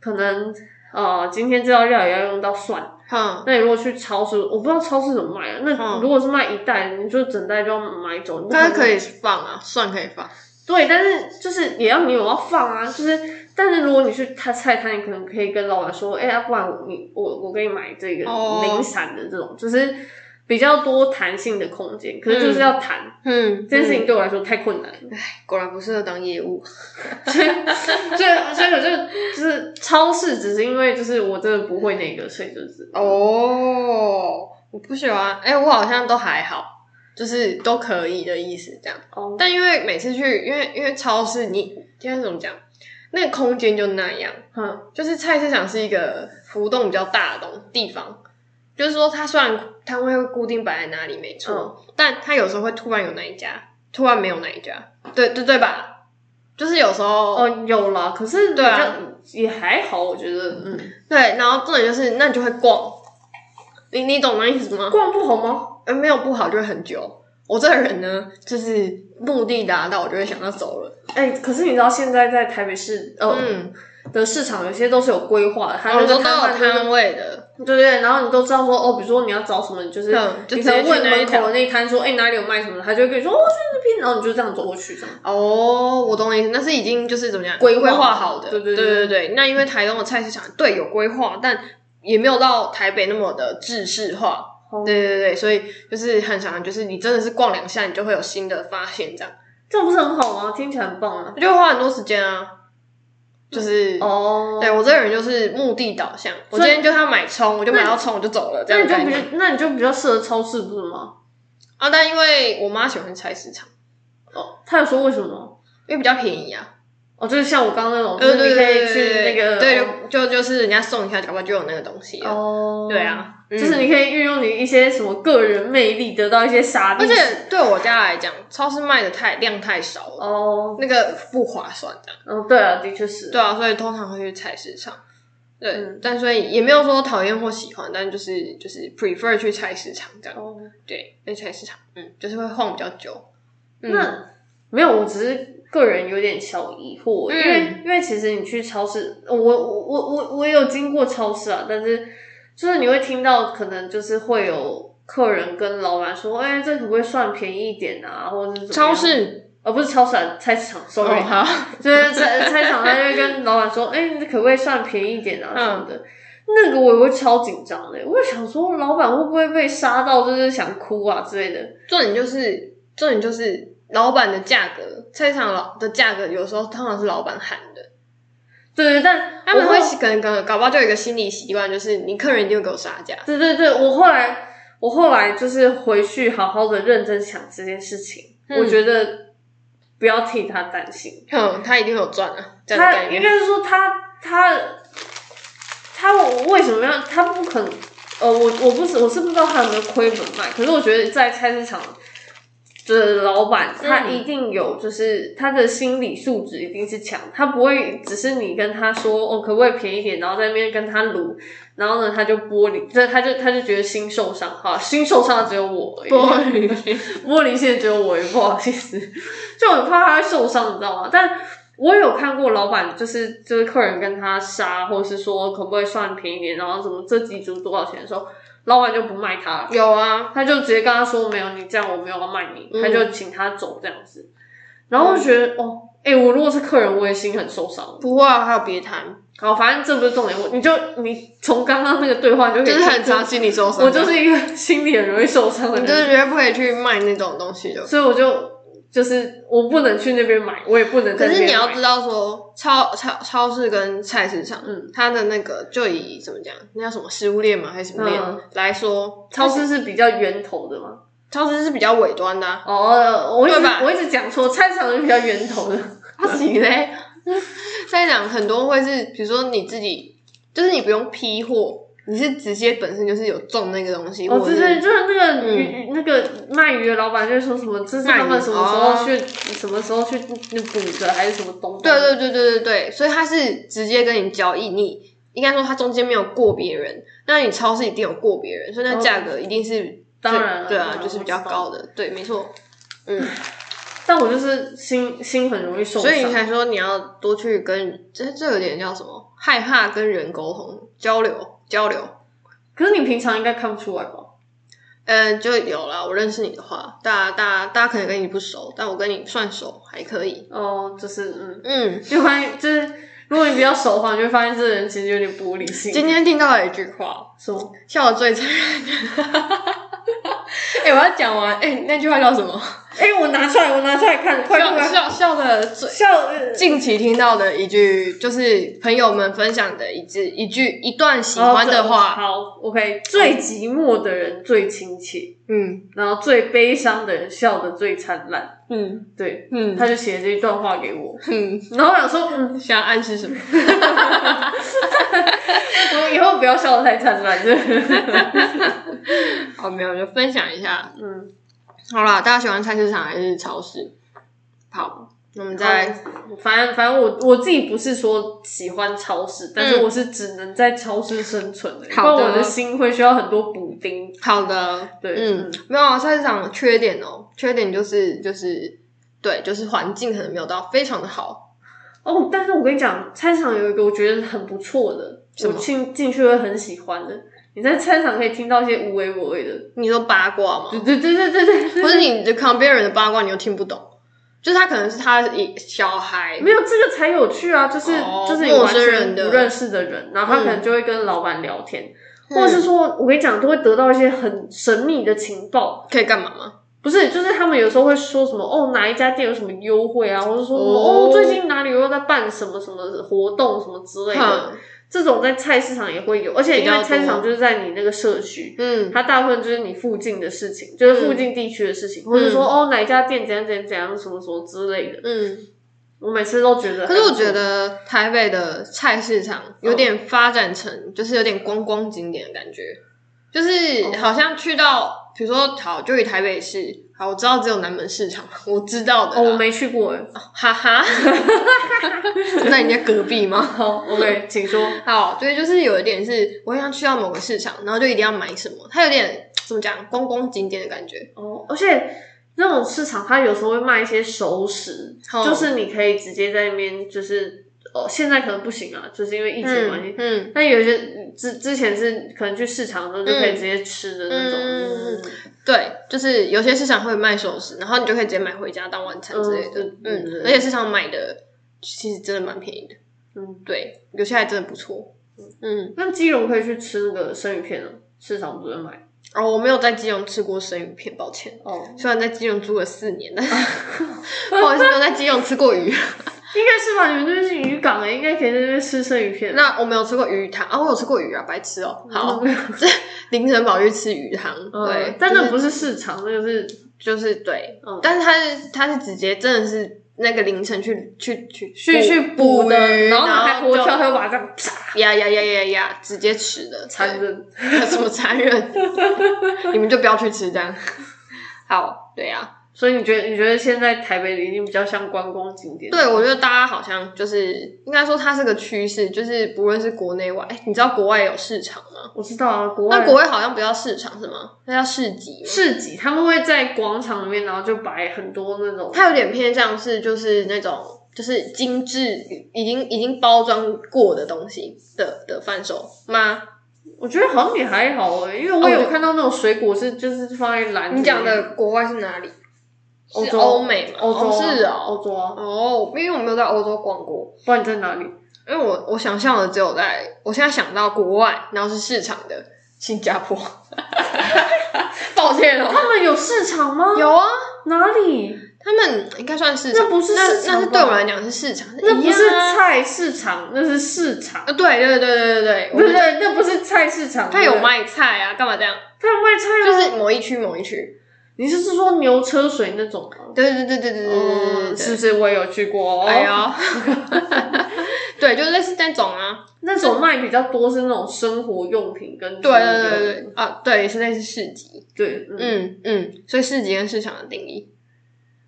Speaker 2: 可能。呃，今天这道料也要用到蒜，
Speaker 1: 哈，
Speaker 2: 那你如果去超市，我不知道超市怎么卖啊。那
Speaker 1: 嗯
Speaker 2: 如果是卖一袋，你就整袋就要买走。你不
Speaker 1: 它
Speaker 2: 能
Speaker 1: 可以放啊，蒜可以放，
Speaker 2: 对，但是就是也要你有要放啊，就是但是如果你去他菜摊，你可能可以跟老板说，哎、要不然我你我我给你买这个
Speaker 1: 哦
Speaker 2: 零散的这种，就是比较多弹性的空间。可是就是要谈、
Speaker 1: 嗯，
Speaker 2: 这件事情对我来说太困难了，
Speaker 1: 果然不适合当业务，
Speaker 2: *laughs* 所以所以我就就是超市只是因为就是我真的不会那个，所以就是
Speaker 1: 哦，我不喜欢，哎、我好像都还好，就是都可以的意思这样。
Speaker 2: 哦
Speaker 1: 但因为每次去，因为因为超市你，今天怎么讲，那个空间就那样，
Speaker 2: 哼
Speaker 1: 就是菜市场是一个浮动比较大的东地方，就是说它虽然摊位会固定摆在哪里没错，
Speaker 2: 嗯
Speaker 1: 但它有时候会突然有哪一家，突然没有哪一家，对对对吧？就是有时候
Speaker 2: 哦有啦，可是
Speaker 1: 对啊
Speaker 2: 比较也还好，我觉得嗯
Speaker 1: 对，然后重点就是那你就会逛，你你懂那意思吗？
Speaker 2: 逛不好吗？
Speaker 1: 呃，没有不好就会很久。我这个人呢，就是目的达到，我就会想要走了。
Speaker 2: 哎、可是你知道现在在台北市呃、
Speaker 1: 嗯，
Speaker 2: 的市场有些都是有规划的，它
Speaker 1: 我
Speaker 2: 那
Speaker 1: 们
Speaker 2: 个
Speaker 1: 都都有
Speaker 2: 摊贩
Speaker 1: 摊位的，
Speaker 2: 对对对，然后你都知道说哦，比如说你要找什么，就是
Speaker 1: 嗯就
Speaker 2: 你
Speaker 1: 直
Speaker 2: 可
Speaker 1: 接
Speaker 2: 能
Speaker 1: 去
Speaker 2: 问
Speaker 1: 那一
Speaker 2: 门口
Speaker 1: 条
Speaker 2: 的那一摊说，哎、哪里有卖什么的，他就会跟你说哦在这边，然后你就这样走过去这样。
Speaker 1: 哦，我懂你意思，那是已经就是怎么样
Speaker 2: 规划
Speaker 1: 规划好的，
Speaker 2: 对对
Speaker 1: 对
Speaker 2: 对
Speaker 1: 对对那因为台东的菜市场对有规划，但也没有到台北那么的制式化。
Speaker 2: 哦
Speaker 1: 对对对，所以就是很常就是你真的是逛两下，你就会有新的发现，这样
Speaker 2: 这样不是很好吗？听起来很棒啊！
Speaker 1: 我就会花很多时间啊。就是
Speaker 2: 哦，
Speaker 1: 对我这个人就是目的导向，我今天就要买葱，我就买到葱我就走了这
Speaker 2: 那
Speaker 1: 样的概
Speaker 2: 你就比
Speaker 1: 念
Speaker 2: 较，那你就比较适合超市不是吗？
Speaker 1: 啊。但因为我妈喜欢菜市场，
Speaker 2: 哦，他有说为什么？
Speaker 1: 因为比较便宜啊。
Speaker 2: 哦，就是像我刚刚那种，就
Speaker 1: 对呃对
Speaker 2: 是你可以
Speaker 1: 对对
Speaker 2: 去那个，
Speaker 1: 对，就就是人家送一下，搞不好就有那个东西了。
Speaker 2: 哦，
Speaker 1: 对，啊，
Speaker 2: 就
Speaker 1: 嗯
Speaker 2: 是你可以运用你一些什么个人魅力，得到一些啥，
Speaker 1: 而且对我家来讲，超市卖的太量太少了，
Speaker 2: 哦，
Speaker 1: 那个不划算的。
Speaker 2: 嗯，对啊，的确是，
Speaker 1: 对啊，所以通常会去菜市场。对，
Speaker 2: 嗯
Speaker 1: 但所以也没有说讨厌或喜欢，但就是就是 prefer 去菜市场这样。
Speaker 2: 哦，
Speaker 1: 对，那菜市场，嗯，就是会晃比较久。嗯、
Speaker 2: 那没有，我只是个人有点小疑惑，
Speaker 1: 嗯
Speaker 2: 因为因为其实你去超市，我我我我我有经过超市啊，但是就是你会听到可能就是会有客人跟老板说，哎、这可不可以算便宜一点啊，或者是怎么
Speaker 1: 超
Speaker 2: 样，
Speaker 1: 市，
Speaker 2: 呃不是超市、啊，菜市场，sorry，、
Speaker 1: 哦好，
Speaker 2: 就是菜菜场他就会跟老板说，哎、你可不可以算便宜一点啊
Speaker 1: 嗯
Speaker 2: 什么的。那个我也会超紧张的，我就想说，老板会不会被杀到就是想哭啊之类的？
Speaker 1: 重点就是重点就是老板的价格，菜市场老的价格有时候通常是老板喊的，
Speaker 2: 对对，但
Speaker 1: 他们
Speaker 2: 我
Speaker 1: 会可能可能搞不好就有一个心理习惯，就是你客人一定会给我杀价。
Speaker 2: 对对对，我后来我后来就是回去好好的认真想这件事情，
Speaker 1: 嗯
Speaker 2: 我觉得不要替他担心，
Speaker 1: 哼，他一定会有赚啊，这样的
Speaker 2: 他
Speaker 1: 概
Speaker 2: 应 *laughs*
Speaker 1: 念。
Speaker 2: 该是说他他他为什么要他不肯呃，我我不是我是不知道他有没有亏本卖，可是我觉得在菜市场。的老板他
Speaker 1: 嗯
Speaker 2: 一定有，就是他的心理素质一定是强，他不会只是你跟他说哦，可不可以便宜一点，然后在那边跟他撸，然后呢他就玻璃，这他就他就觉得心受伤，哈，心受伤的只有我而已，
Speaker 1: 玻璃，
Speaker 2: 玻璃现在只有我，也不好意思，就很怕他会受伤，你知道吗？但我有看过老板，就是就是客人跟他杀，或者是说可不可以算便宜一点，然后怎么这几组多少钱的时候，老板就不卖他了，
Speaker 1: 有啊，
Speaker 2: 他就直接跟他说没有，你这样我没有要卖你，
Speaker 1: 嗯
Speaker 2: 他就请他走这样子。然后我就觉得、哦，哎、我如果是客人，我也心很受伤。
Speaker 1: 不会啊，还有别谈，
Speaker 2: 好，反正这不是重点，我你就你从刚刚那个对话就可以
Speaker 1: 就是很
Speaker 2: 听出
Speaker 1: 常心理受伤。
Speaker 2: 我就是一个心里很容易受伤的
Speaker 1: 你
Speaker 2: 人，
Speaker 1: 就是绝对不可以去卖那种东西的。
Speaker 2: 所以我就就是我不能去那边买，我也不能在
Speaker 1: 可
Speaker 2: 那
Speaker 1: 是
Speaker 2: 边
Speaker 1: 你要
Speaker 2: 买
Speaker 1: 知道说，超超超市跟菜市场，
Speaker 2: 嗯，
Speaker 1: 它的那个就以怎么讲，那叫什么食物链嘛，还是什么链、
Speaker 2: 嗯
Speaker 1: 来说，
Speaker 2: 超市是比较源头的嘛。
Speaker 1: 超市是比较尾端的、啊。
Speaker 2: 哦，我一直
Speaker 1: 对吧
Speaker 2: 我一直讲错，菜市场是比较源头 *laughs* 的。
Speaker 1: 啊，你嘞？菜市场很多会是，比如说你自己，就是你不用批货，你是直接本身就是有种那个东西，
Speaker 2: 哦，
Speaker 1: 或
Speaker 2: 就
Speaker 1: 者
Speaker 2: 是就是那个
Speaker 1: 嗯
Speaker 2: 鱼、那个卖鱼的老板就说什么，这是他
Speaker 1: 卖
Speaker 2: 们
Speaker 1: 鱼
Speaker 2: 什么时候去、什么时候去补的，还是什么东东？
Speaker 1: 对对对对对对，所以他是直接跟你交易，你应该说他中间没有过别人，那你超市一定有过别人，所以那价格一定是、
Speaker 2: 哦当然了
Speaker 1: 对
Speaker 2: 当
Speaker 1: 啊，
Speaker 2: 然
Speaker 1: 就是比较高的，对，没错，嗯，
Speaker 2: 但我就是心心很容易受
Speaker 1: 所
Speaker 2: 伤。
Speaker 1: 以你才说你要多去跟这这有点叫什么，害怕跟人沟通交流交流，
Speaker 2: 可是你平常应该看不出来吧？
Speaker 1: 嗯，就有啦，我认识你的话，大家大家大家可能跟你不熟，但我跟你算熟还可以，
Speaker 2: 哦，就是嗯，
Speaker 1: 嗯，
Speaker 2: 就发现就是如果你比较熟的话，你就会发现这个人其实有点玻璃心。
Speaker 1: 今天听到了一句话，
Speaker 2: 什么？
Speaker 1: 笑得最残忍 *laughs* 的。哎、我要讲完。哎、那句话叫什么？
Speaker 2: 哎、我拿出来，我拿出来看，快
Speaker 1: 笑
Speaker 2: 快快！
Speaker 1: 笑笑的最
Speaker 2: 笑，呃
Speaker 1: 近期听到的一句，就是朋友们分享的一句一句一段喜欢的
Speaker 2: 哦
Speaker 1: 话。
Speaker 2: 好，OK。最寂寞的人最亲切，
Speaker 1: 嗯
Speaker 2: 然后最悲伤的人笑得最灿烂。
Speaker 1: 嗯
Speaker 2: 对，
Speaker 1: 嗯
Speaker 2: 他就写这一段话给我，
Speaker 1: 嗯，
Speaker 2: 然后我想说，嗯，
Speaker 1: 想要暗示什么？ *laughs*
Speaker 2: 我以后不要笑得太灿烂， *laughs* 对。
Speaker 1: 哦，没有，就分享一下。
Speaker 2: 嗯，
Speaker 1: 好啦，大家喜欢菜市场还是超市？好，那我们再
Speaker 2: 反正反正我我自己不是说喜欢超市，但是我是只能在超市生存的，因为
Speaker 1: 嗯好的
Speaker 2: 我的心会需要很多补丁。
Speaker 1: 好的。
Speaker 2: 对，
Speaker 1: 嗯，没有啊，菜市场的缺点哦，缺点就是就是对，就是环境可能没有到非常的好。
Speaker 2: 哦，但是我跟你讲，菜市场有一个我觉得很不错的，
Speaker 1: 什
Speaker 2: 我
Speaker 1: 么
Speaker 2: 进进去会很喜欢的。你在菜市场可以听到一些无为无为的，
Speaker 1: 你说八卦吗？
Speaker 2: 对对对对对对，对
Speaker 1: 不是你就看别人的八卦，你又听不懂，就是他可能是他一小孩，
Speaker 2: 没有这个才有趣啊！就是、
Speaker 1: 哦
Speaker 2: 就是你
Speaker 1: 陌
Speaker 2: 完
Speaker 1: 生
Speaker 2: 全
Speaker 1: 人的
Speaker 2: 不认识的人，然后他可能
Speaker 1: 嗯
Speaker 2: 就会跟老板聊天，
Speaker 1: 嗯
Speaker 2: 或者是说，我跟你讲，都会得到一些很神秘的情报。
Speaker 1: 可以干嘛吗？
Speaker 2: 不是，就是他们有时候会说什么哦，哪一家店有什么优惠啊，或者说什么
Speaker 1: 哦
Speaker 2: 哦最近哪里又在办什么什么活动什么之类的，
Speaker 1: 哼
Speaker 2: 这种在菜市场也会有，而且因
Speaker 1: 比较
Speaker 2: 为
Speaker 1: 多
Speaker 2: 菜市场就是在你那个社区，
Speaker 1: 嗯，
Speaker 2: 它大部分就是你附近的事情，就是附近地区的事
Speaker 1: 嗯
Speaker 2: 情，或者说哦哪一家店怎样怎样怎样什么什么之类的。
Speaker 1: 嗯，
Speaker 2: 我每次都觉得
Speaker 1: 可
Speaker 2: 还不错，
Speaker 1: 是我觉得台北的菜市场有点发展成，就是有点观光景点的感觉，就是
Speaker 2: 哦
Speaker 1: 好像去到，比如说好，就以台北市，好，我知道只有南门市场，我知道的
Speaker 2: 哦，我
Speaker 1: 啦，
Speaker 2: 没去过哎。
Speaker 1: 哈
Speaker 2: *laughs*
Speaker 1: 哈，在人家隔壁吗？
Speaker 2: 好，OK，请说。
Speaker 1: 好，对，就是有一点是，我很想去到某个市场，然后就一定要买什么，它有点怎么讲，观光景点的感觉，
Speaker 2: 哦，而且那种市场它有时候会卖一些熟食，
Speaker 1: 哦
Speaker 2: 就是你可以直接在那边，就是哦，现在可能不行啊，就是因为疫情的关系。
Speaker 1: 嗯嗯，
Speaker 2: 但有一些之之前是可能去市场的时候就可以
Speaker 1: 嗯
Speaker 2: 直接吃的那种，
Speaker 1: 嗯
Speaker 2: 嗯
Speaker 1: 对，就是有些市场会卖熟食，然后你就可以直接买回家当晚餐之类的。
Speaker 2: 嗯
Speaker 1: 嗯，
Speaker 2: 对对对
Speaker 1: 而且市场买的其实真的蛮便宜的，
Speaker 2: 嗯。
Speaker 1: 对，有些还真的不错。嗯，
Speaker 2: 那基隆可以去吃那个生鱼片啊，市场不是买
Speaker 1: 哦，我没有在基隆吃过生鱼片，抱歉。
Speaker 2: 哦，
Speaker 1: 虽然在基隆住了四
Speaker 2: *laughs*
Speaker 1: 年，但是不好意思，没有在基隆吃过鱼。
Speaker 2: 应该是吧？你们那边是渔港哎、应该可以在那边吃生鱼片。
Speaker 1: 那我没有吃过鱼汤啊，我有吃过鱼啊，白吃哦。好，
Speaker 2: 嗯，
Speaker 1: *laughs* 这凌晨跑去吃鱼汤，对
Speaker 2: 嗯，但那
Speaker 1: 就是
Speaker 2: 不是市场，那个是
Speaker 1: 就是对，
Speaker 2: 嗯
Speaker 1: 但是他是他是直接真的是那个凌晨去去去
Speaker 2: 去去捕的，
Speaker 1: 鱼
Speaker 2: 然后还活
Speaker 1: 就
Speaker 2: 跳，还会把它这样啪
Speaker 1: 呀呀呀呀呀，直接吃的，
Speaker 2: 残忍。
Speaker 1: 对什么残
Speaker 2: *laughs*
Speaker 1: 忍？你们就不要去吃这样。好，对啊呀、
Speaker 2: 所以你觉得你觉得现在台北已经比较像观光景点？
Speaker 1: 对我觉得大家好像就是应该说它是个趋势，就是不论是国内外，哎，你知道国外有市场吗？
Speaker 2: 我知道啊，国外
Speaker 1: 那国外好像不叫市场是吗？那叫市集吗。
Speaker 2: 市集他们会在广场里面，然后就摆很多那种，
Speaker 1: 它有点偏向是就是那种就是精致已经已经包装过的东西的的贩售吗？
Speaker 2: 我觉得好像也还好哎、因为我
Speaker 1: 哦
Speaker 2: 有
Speaker 1: 对
Speaker 2: 看到那种水果是就是放在篮子
Speaker 1: 你
Speaker 2: 里面，
Speaker 1: 讲的国外是哪里？
Speaker 2: 欧
Speaker 1: 是
Speaker 2: 洲
Speaker 1: 欧美吗？
Speaker 2: 欧洲啊、
Speaker 1: 哦是哦，
Speaker 2: 欧洲啊，
Speaker 1: 哦，因为我没有在欧洲逛过，
Speaker 2: 不然你在哪里？
Speaker 1: 因为我我想象的只有在，我现在想到国外，然后是市场的新加 *laughs* 坡，抱歉哦。
Speaker 2: 他们有市场吗？
Speaker 1: 有啊，
Speaker 2: 哪里？
Speaker 1: 他们应该算市场，
Speaker 2: 那不是市场
Speaker 1: 那，那是
Speaker 2: 吧
Speaker 1: 对我来讲是市场，
Speaker 2: 那不是
Speaker 1: 一样啊
Speaker 2: 菜市场，那是市场
Speaker 1: 啊，。对对对对对对，我
Speaker 2: 对
Speaker 1: 们
Speaker 2: 对对，那不是菜市场。
Speaker 1: 他有
Speaker 2: 对不对？
Speaker 1: 卖菜啊，干嘛这样？
Speaker 2: 他有卖菜
Speaker 1: 就
Speaker 2: 吗？
Speaker 1: 是某一区某一区，
Speaker 2: 你是说牛车水那种吗？
Speaker 1: 对对对对对对对对对
Speaker 2: 嗯，是不是我也有去过？哦？
Speaker 1: 哎呀， *laughs* 对，就类似那种啊，
Speaker 2: 那种卖比较多是那种生活用品跟
Speaker 1: 对对对对对啊，对，也是类似市集，
Speaker 2: 对嗯
Speaker 1: 嗯嗯，所以市集跟市场的定义，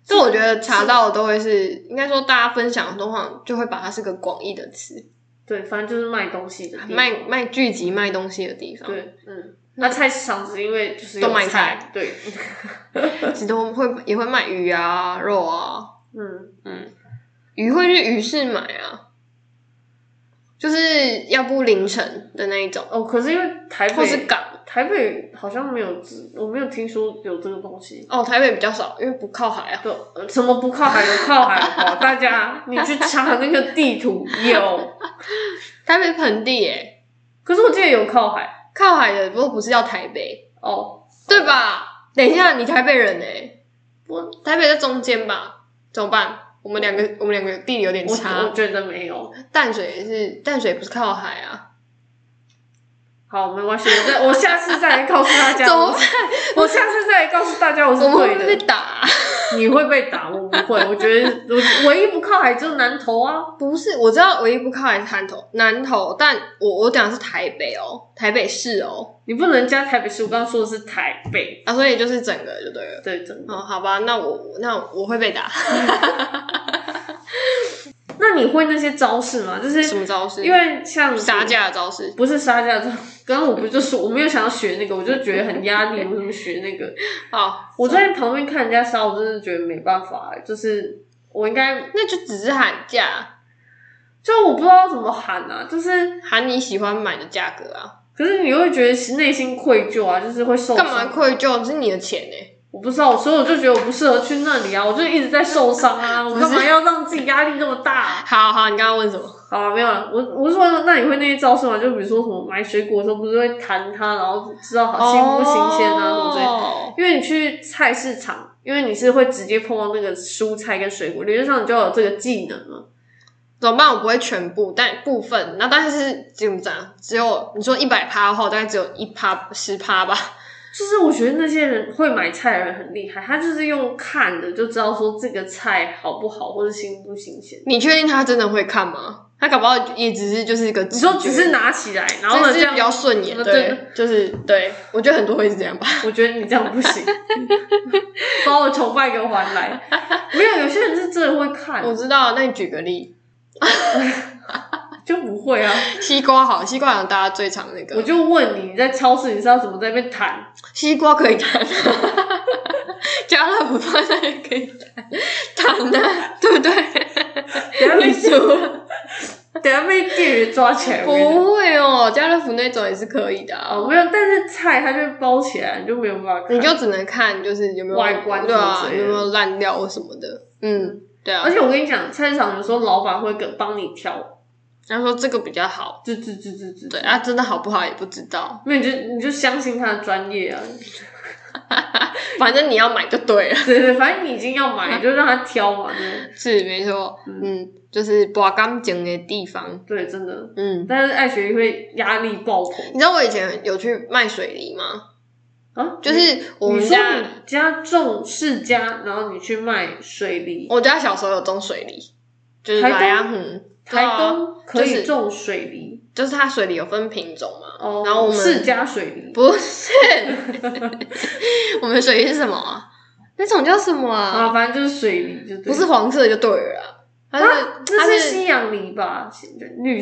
Speaker 1: 这我觉得查到的都会是，应该说大家分享的话，就会把它是个广义的词，
Speaker 2: 对，反正就是卖东西的地方
Speaker 1: 卖卖聚集卖东西的地方，，
Speaker 2: 对嗯。那菜市场是因为就是有
Speaker 1: 都卖
Speaker 2: 菜，对，
Speaker 1: 其实都会也会卖鱼啊、肉啊，
Speaker 2: 嗯，
Speaker 1: 嗯，鱼会去鱼市买啊，就是要不凌晨的那一种，
Speaker 2: 哦，可是因为台
Speaker 1: 或是
Speaker 2: 北
Speaker 1: 港。
Speaker 2: 台北好像没有这，我没有听说有这个东西。
Speaker 1: 哦，台北比较少，因为不靠海啊。
Speaker 2: 对，呃什么不靠海有靠海
Speaker 1: *laughs*
Speaker 2: 好不好？大家你去查那个地图有，
Speaker 1: *laughs* 台北盆地耶，
Speaker 2: 可是我记得有靠海
Speaker 1: 靠海的不过不是叫台北，
Speaker 2: 哦，
Speaker 1: 对吧？等一下，你台北人哎，
Speaker 2: 我
Speaker 1: 台北在中间吧？怎么办？我们两个我们两个地理有点
Speaker 2: 我我
Speaker 1: 差。
Speaker 2: 觉得没有。
Speaker 1: 淡水也是，淡水不是靠海啊？
Speaker 2: 好，没关系，我再我下次再来告诉大
Speaker 1: *laughs*
Speaker 2: 家，
Speaker 1: 怎么
Speaker 2: 我
Speaker 1: 办
Speaker 2: 我下次再来告诉大家我是
Speaker 1: 我们会
Speaker 2: 对
Speaker 1: 不
Speaker 2: 的。
Speaker 1: 会被打啊、
Speaker 2: *laughs* 你会被打，我不会。我觉得我唯一不靠海就是南投啊。
Speaker 1: 不是，我知道唯一不靠海是南投，南投，但我我讲的是台北哦，台北市哦，
Speaker 2: 你不能加台北市，我刚刚说的是台北，
Speaker 1: 啊，所以就是整个就对了。
Speaker 2: 对，真的。
Speaker 1: 哦，好吧，那我那我会被打，
Speaker 2: 那你会那些招式吗？就是
Speaker 1: 什么招式？
Speaker 2: 因为像
Speaker 1: 杀，价的招式，
Speaker 2: 不是杀价招。刚刚我不就说我没有想要学那个，我就觉得很压力，我怎么学那个？
Speaker 1: 好，
Speaker 2: 我在旁边看人家杀，我真的觉得没办法、欸就是我应该
Speaker 1: 那就只是喊价，
Speaker 2: 就我不知道怎么喊啊，就是
Speaker 1: 喊你喜欢买的价格啊，
Speaker 2: 可是你会觉得内心愧疚啊，就是会受
Speaker 1: 干嘛
Speaker 2: 伤。
Speaker 1: 愧疚？是你的钱呢、欸
Speaker 2: 我不知道，所以我就觉得我不适合去那里啊，我就一直在受伤啊，我干嘛要让自己压力那么大、啊
Speaker 1: 好好，你刚刚问什么？
Speaker 2: 好啊，没有了，我我是说，那你会那些招式吗？就比如说什么哦买水果的时候，不是会弹它，然后知道好新不新鲜啊，什么之类的。
Speaker 1: 哦
Speaker 2: 因为你去去菜市场，因为你是会直接碰到那个蔬菜跟水果，理论上你就要有这个技能嘛。
Speaker 1: 怎么办？我不会全部，但部分。那但是怎么讲？只有你说一百趴的话，我大概只有一趴十趴吧。
Speaker 2: 就是我觉得那些人会买菜的人很厉害，他就是用看的就知道说这个菜好不好或者新不新鲜。
Speaker 1: 你确定他真的会看吗？他搞不好也只是就是一个
Speaker 2: 你
Speaker 1: 直觉，
Speaker 2: 说只是拿起来，然后呢
Speaker 1: 这
Speaker 2: 这
Speaker 1: 是
Speaker 2: 样
Speaker 1: 比较顺眼，
Speaker 2: 对
Speaker 1: 对，就是对。我觉得很多会是这样
Speaker 2: *laughs*
Speaker 1: 吧。
Speaker 2: 我觉得你这样不行，把我崇拜给我还来。没有，有些人是真的会看，
Speaker 1: 我知道，那你举个例，
Speaker 2: 就不会啊。
Speaker 1: 西瓜好，西瓜好像大家最常那个，
Speaker 2: 我就问你，你在超市你是要怎么在那边谈？
Speaker 1: 西瓜可以弹，啊 *laughs* 家乐福放在也可以弹，弹 *laughs* 啊，对不对？*laughs*
Speaker 2: 等下被
Speaker 1: 你说
Speaker 2: 等下被店员抓起来。我跟你讲
Speaker 1: 不会哦，家乐福那种也是可以的啊、
Speaker 2: 哦，没有，但是菜它就包起来，你就没有办法看。
Speaker 1: 你就只能看就是有没有
Speaker 2: 外观
Speaker 1: 对啊
Speaker 2: 什，么之类
Speaker 1: 有
Speaker 2: 的
Speaker 1: 没有烂料或什么的，嗯，对啊
Speaker 2: 而。且我跟你讲，菜市场有时候老板会跟帮你挑，
Speaker 1: 他说这个比较好，
Speaker 2: 吱吱吱吱吱。
Speaker 1: 对啊，真的好不好也不知道，
Speaker 2: 没有，你就你就相信他的专业啊。 *laughs*
Speaker 1: 反正你要买就对了，
Speaker 2: 对对，反正你已经要买，你就让他挑嘛。
Speaker 1: *laughs* 是没错，嗯，就是拔干净的地方，
Speaker 2: 对，对，真的。
Speaker 1: 嗯，
Speaker 2: 但是爱学会压力爆棚
Speaker 1: 你知道我以前有去卖水梨吗？
Speaker 2: 啊，
Speaker 1: 就是我
Speaker 2: 你
Speaker 1: 们
Speaker 2: 说
Speaker 1: 家
Speaker 2: 你家种世家，然后你去卖水梨，
Speaker 1: 我家小时候有种水梨，就是
Speaker 2: 台东
Speaker 1: 莱阳湖，对啊
Speaker 2: 台东可
Speaker 1: 就
Speaker 2: 以
Speaker 1: 是
Speaker 2: 种水梨，
Speaker 1: 就是它水梨有分品种嘛。
Speaker 2: 哦，
Speaker 1: 然后我们
Speaker 2: 世家水梨，
Speaker 1: 不是， *laughs* 我们水梨是什么啊？那种叫什么啊？
Speaker 2: 啊，反正就是水梨，就对
Speaker 1: 不是黄色的就对了啦，它是、
Speaker 2: 啊，
Speaker 1: 它
Speaker 2: 这是
Speaker 1: 是
Speaker 2: 西洋梨吧？绿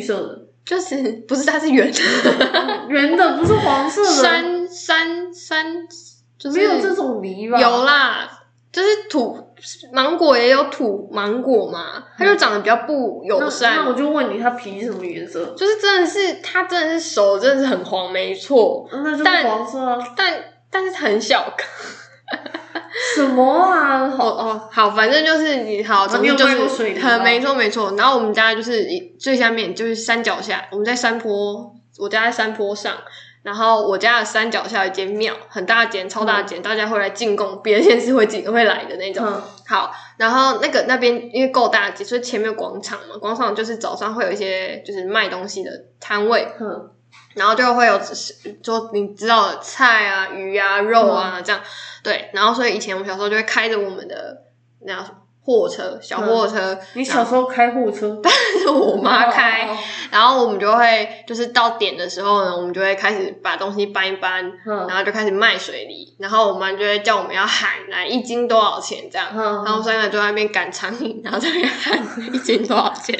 Speaker 1: *laughs*
Speaker 2: 色
Speaker 1: 就是不是它是圆的，
Speaker 2: 的，圆的，不是黄色
Speaker 1: *laughs*
Speaker 2: 的，
Speaker 1: 山山山就是
Speaker 2: 没有这种梨吧？
Speaker 1: 有啦，就是土芒果也有土芒果嘛，它就长得比较不友
Speaker 2: 那
Speaker 1: 善。
Speaker 2: 那我就问你，它皮是什么颜色？
Speaker 1: 就是真的是，它真的是手真的是很黄，没错，
Speaker 2: 那就是
Speaker 1: 但
Speaker 2: 黄色啊！
Speaker 1: 但但是很小颗。
Speaker 2: 什么啊？
Speaker 1: 哦
Speaker 2: 好
Speaker 1: 哦，好，反正就是你好，
Speaker 2: 哦
Speaker 1: 总
Speaker 2: 你
Speaker 1: 之
Speaker 2: 有
Speaker 1: 就
Speaker 2: 卖过
Speaker 1: 是
Speaker 2: 水梨
Speaker 1: 很
Speaker 2: 吗
Speaker 1: 没错没错。然后我们家就是一最下面就是山脚下，我们在山坡，我家在山坡上，然后我家的山脚下有一间庙，很大间，超大间，大家会来进贡，别的县市会进会来的那种。
Speaker 2: 嗯
Speaker 1: 好，然后那个那边因为够大间，所以前面有广场嘛，广场就是早上会有一些就是卖东西的摊位，
Speaker 2: 哼，
Speaker 1: 然后就会有就你知道的菜啊、鱼啊、肉啊、
Speaker 2: 嗯
Speaker 1: 这样，对。然后所以以前我们小时候就会开着我们的那叫什么货车，小
Speaker 2: 嗯
Speaker 1: 货车，
Speaker 2: 你小时候开货车，
Speaker 1: 是我妈开，
Speaker 2: 哦，哦
Speaker 1: 然后我们就会就是到点的时候呢，我们就会开始把东西搬一搬，
Speaker 2: 哦
Speaker 1: 然后就开始卖水梨，然后我妈就会叫我们要喊来一斤多少钱这样，
Speaker 2: 嗯嗯
Speaker 1: 然后我们三个就在那边赶苍蝇，然后在那边喊 *laughs* 一斤多少钱，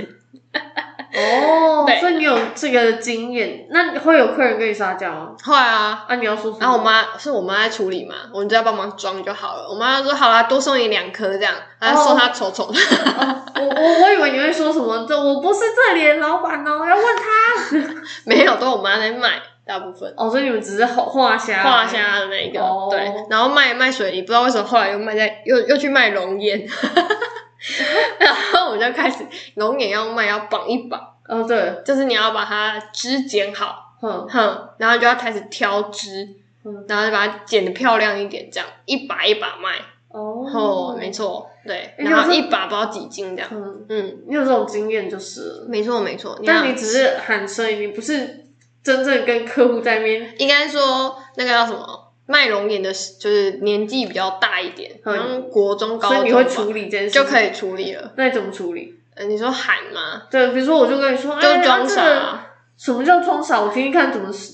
Speaker 2: 哦
Speaker 1: 对，
Speaker 2: 所以你有这个经验，那会有客人跟你撒娇吗？
Speaker 1: 后来啊。
Speaker 2: 啊，你要说什么？
Speaker 1: 然后我妈是我妈在处理嘛，我们就要帮忙装就好了。我妈就说好啦，多送你两颗这样，然后
Speaker 2: 哦
Speaker 1: 送她丑丑的。 *laughs*
Speaker 2: 我我我以为你会说什么，这我不是这里的老板哦，要问他。
Speaker 1: 没有，都我妈在卖，大部分
Speaker 2: 哦，所以你们只是画虾，
Speaker 1: 画，虾的那个、
Speaker 2: 哦
Speaker 1: 对，然后卖卖水泥，不知道为什么后来又卖在又又去卖龙眼， *laughs* 然后我就开始龙眼要卖要绑一绑，
Speaker 2: 哦对，嗯
Speaker 1: 就是你要把它枝剪好，
Speaker 2: 哼，
Speaker 1: 哼，然后就要开始挑枝
Speaker 2: 嗯。
Speaker 1: 然后就把它剪的漂亮一点，这样一把一把卖。哦，
Speaker 2: 哦
Speaker 1: 没，错，对。
Speaker 2: 哎
Speaker 1: 然后
Speaker 2: 可是
Speaker 1: 一把不知道几斤这样。
Speaker 2: 嗯，
Speaker 1: 嗯，
Speaker 2: 你有这种经验就是了，
Speaker 1: 没错没错，要
Speaker 2: 但你只是喊声音，你不是真正跟客户在面，
Speaker 1: 应该说那个叫什么卖龙眼的，就是年纪比较大一点，好
Speaker 2: 嗯
Speaker 1: 像国中、高
Speaker 2: 所以
Speaker 1: 中
Speaker 2: 你
Speaker 1: 吧
Speaker 2: 会处理这件事
Speaker 1: 就可
Speaker 2: 以。
Speaker 1: 以处理了。
Speaker 2: 那你怎么处理？
Speaker 1: 呃你说喊吗？
Speaker 2: 对，比如说我就跟你说，
Speaker 1: 就是
Speaker 2: 哎
Speaker 1: 装傻
Speaker 2: 啊这个
Speaker 1: 啊、
Speaker 2: 什么叫装傻？我听听看怎么是，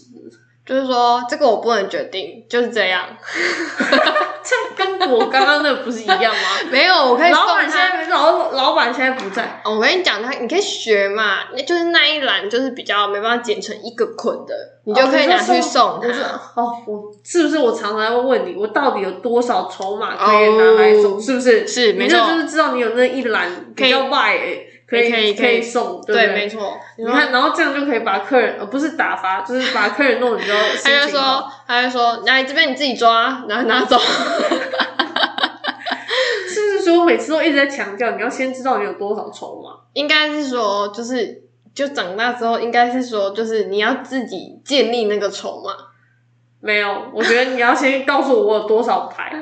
Speaker 1: 就是说这个我不能决定，就是这
Speaker 2: *laughs*
Speaker 1: 样。
Speaker 2: 这跟我刚刚那不是一样 *laughs* 吗？
Speaker 1: 没有，我可以送
Speaker 2: 老板现
Speaker 1: 他。
Speaker 2: 在老老板现在不在，
Speaker 1: 哦我跟你讲，他你可以学嘛，那就是那一栏就是比较没办法剪成一个捆的，你就可以拿去送
Speaker 2: 我哦说
Speaker 1: 他。
Speaker 2: 哦，我是不是我常常会问你，我到底有多少筹码可以拿来送？
Speaker 1: 哦
Speaker 2: 是不是？
Speaker 1: 是没
Speaker 2: 你这
Speaker 1: 错
Speaker 2: 就是知道你有那一栏
Speaker 1: 可以
Speaker 2: 比较卖、欸，可以
Speaker 1: 可以可
Speaker 2: 可
Speaker 1: 以
Speaker 2: 以送，对不
Speaker 1: 对，
Speaker 2: 对？
Speaker 1: 没错。
Speaker 2: 你看，然后这样就可以把客人，呃，不是打发，就是把客人弄得比较
Speaker 1: *laughs* 他
Speaker 2: 心
Speaker 1: 就
Speaker 2: 情好。
Speaker 1: 说，他就说，来这边你自己抓，然后拿走。
Speaker 2: 是不是说我每次都一直在强调，你要先知道你有多少筹码？
Speaker 1: 应该是说，就是就长大之后，应该是说，就是你要自己建立那个筹码。
Speaker 2: 没有，我觉得你要先告诉我我有多少牌，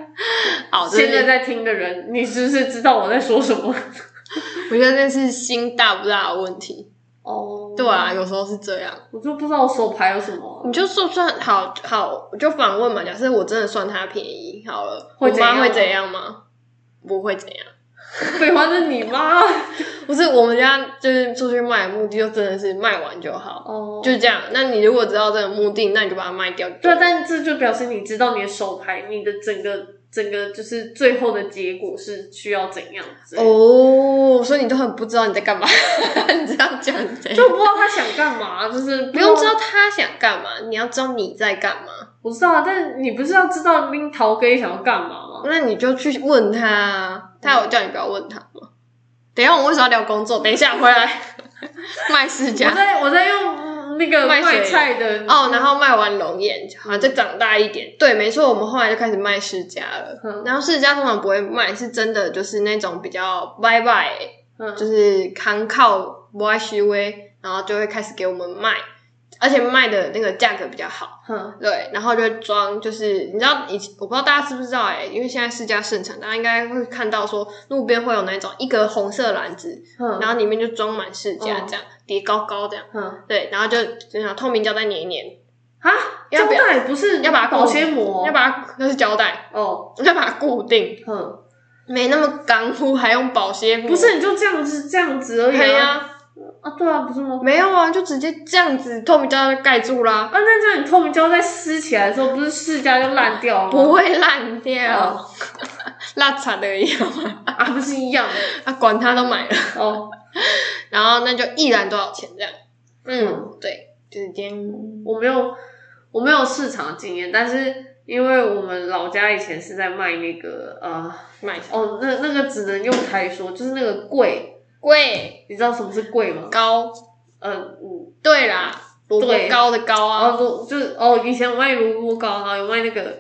Speaker 1: 好，哦这是
Speaker 2: 现在在听的人，你是不是知道我在说什么？
Speaker 1: 我觉得这是心大不大的问题。
Speaker 2: 哦，
Speaker 1: 对啊，，有时候是这样。
Speaker 2: 我就不知道我手牌有什么啊、
Speaker 1: 你就说算好好，我就反问嘛。假设我真的算他便宜好了，
Speaker 2: 会
Speaker 1: 我
Speaker 2: 怎样
Speaker 1: 妈会怎样吗？不会怎样。
Speaker 2: *laughs* 废话，是你妈。
Speaker 1: 不是我们家就是出去卖的目的，就真的是卖完就好，
Speaker 2: 哦，
Speaker 1: 就这样。那你如果知道这个目的，那你就把它卖掉。
Speaker 2: 对啊，但这就表示你知道你的手牌，你的整个整个就是最后的结果是需要怎样之类的。
Speaker 1: 哦，所以你都很不知道你在干嘛， *laughs* 你这样讲的，
Speaker 2: 就不知道他想干嘛，就是
Speaker 1: 不用知
Speaker 2: 知道
Speaker 1: 道他想干嘛，你要知道你在干嘛，
Speaker 2: 我知道啊，但是你不是要知道拎桃哥想要干嘛吗？
Speaker 1: 那你就去问他啊。他有叫你不要问他吗？等一下，我们为什么要聊工作？等一下回来 *laughs* 卖世
Speaker 2: 我
Speaker 1: 家。
Speaker 2: 在我在用嗯那个
Speaker 1: 卖水
Speaker 2: 卖菜的
Speaker 1: 哦，然后卖完龙眼，好，再长大一点。对，没错，我们后来就开始卖世家了。
Speaker 2: 嗯
Speaker 1: 然后世家通常不会卖，是真的就是那种比较拜拜，
Speaker 2: 嗯
Speaker 1: 就是康靠不爱虚微，然后就会开始给我们卖，而且卖的那个价格比较好。
Speaker 2: 嗯
Speaker 1: 对，然后就会装，就是你知道以前我不知道大家知不知道哎、因为现在世家盛产，大家应该会看到说路边会有那种一个红色篮子，
Speaker 2: 嗯
Speaker 1: 然后里面就装满世家
Speaker 2: 嗯
Speaker 1: 这样，叠高高这样。
Speaker 2: 嗯
Speaker 1: 对，然后就就想透明胶带粘一粘，
Speaker 2: 啊，
Speaker 1: 要
Speaker 2: 胶
Speaker 1: 不要
Speaker 2: 带不是
Speaker 1: 要把它
Speaker 2: 保
Speaker 1: 固
Speaker 2: 鲜膜，
Speaker 1: 要把它那是胶带，
Speaker 2: 哦
Speaker 1: 要把它固定，
Speaker 2: 嗯，
Speaker 1: 没那么干乎，还用保鲜膜？
Speaker 2: 不，是你就这样子这样子而
Speaker 1: 对
Speaker 2: 已
Speaker 1: 呀、
Speaker 2: 啊啊对啊不是吗？
Speaker 1: 没有啊，就直接这样子透明胶带盖住啦，
Speaker 2: 啊，那这样你透明胶带撕起来的时候，不是世家就烂掉了
Speaker 1: 不
Speaker 2: 吗？
Speaker 1: 会啊烂掉
Speaker 2: 哦，
Speaker 1: *laughs* 烂惨的一样嘛，
Speaker 2: 啊，不是一样的
Speaker 1: 啊，管他都买了，
Speaker 2: 哦。
Speaker 1: 然后那就一篮多少钱这样？嗯
Speaker 2: 嗯，
Speaker 1: 对，就是今
Speaker 2: 我没有我没有市场经验，但是因为我们老家以前是在卖那个呃
Speaker 1: 天买
Speaker 2: 哦，那那个只能用台语说，就是那个柜，
Speaker 1: 贵
Speaker 2: 你知道什么是柜吗？
Speaker 1: 高，
Speaker 2: 呃，嗯，
Speaker 1: 对啦，萝卜
Speaker 2: 对
Speaker 1: 糕的糕
Speaker 2: 然
Speaker 1: 啊，
Speaker 2: 后说就是哦，以前有卖萝卜糕，然后有卖那个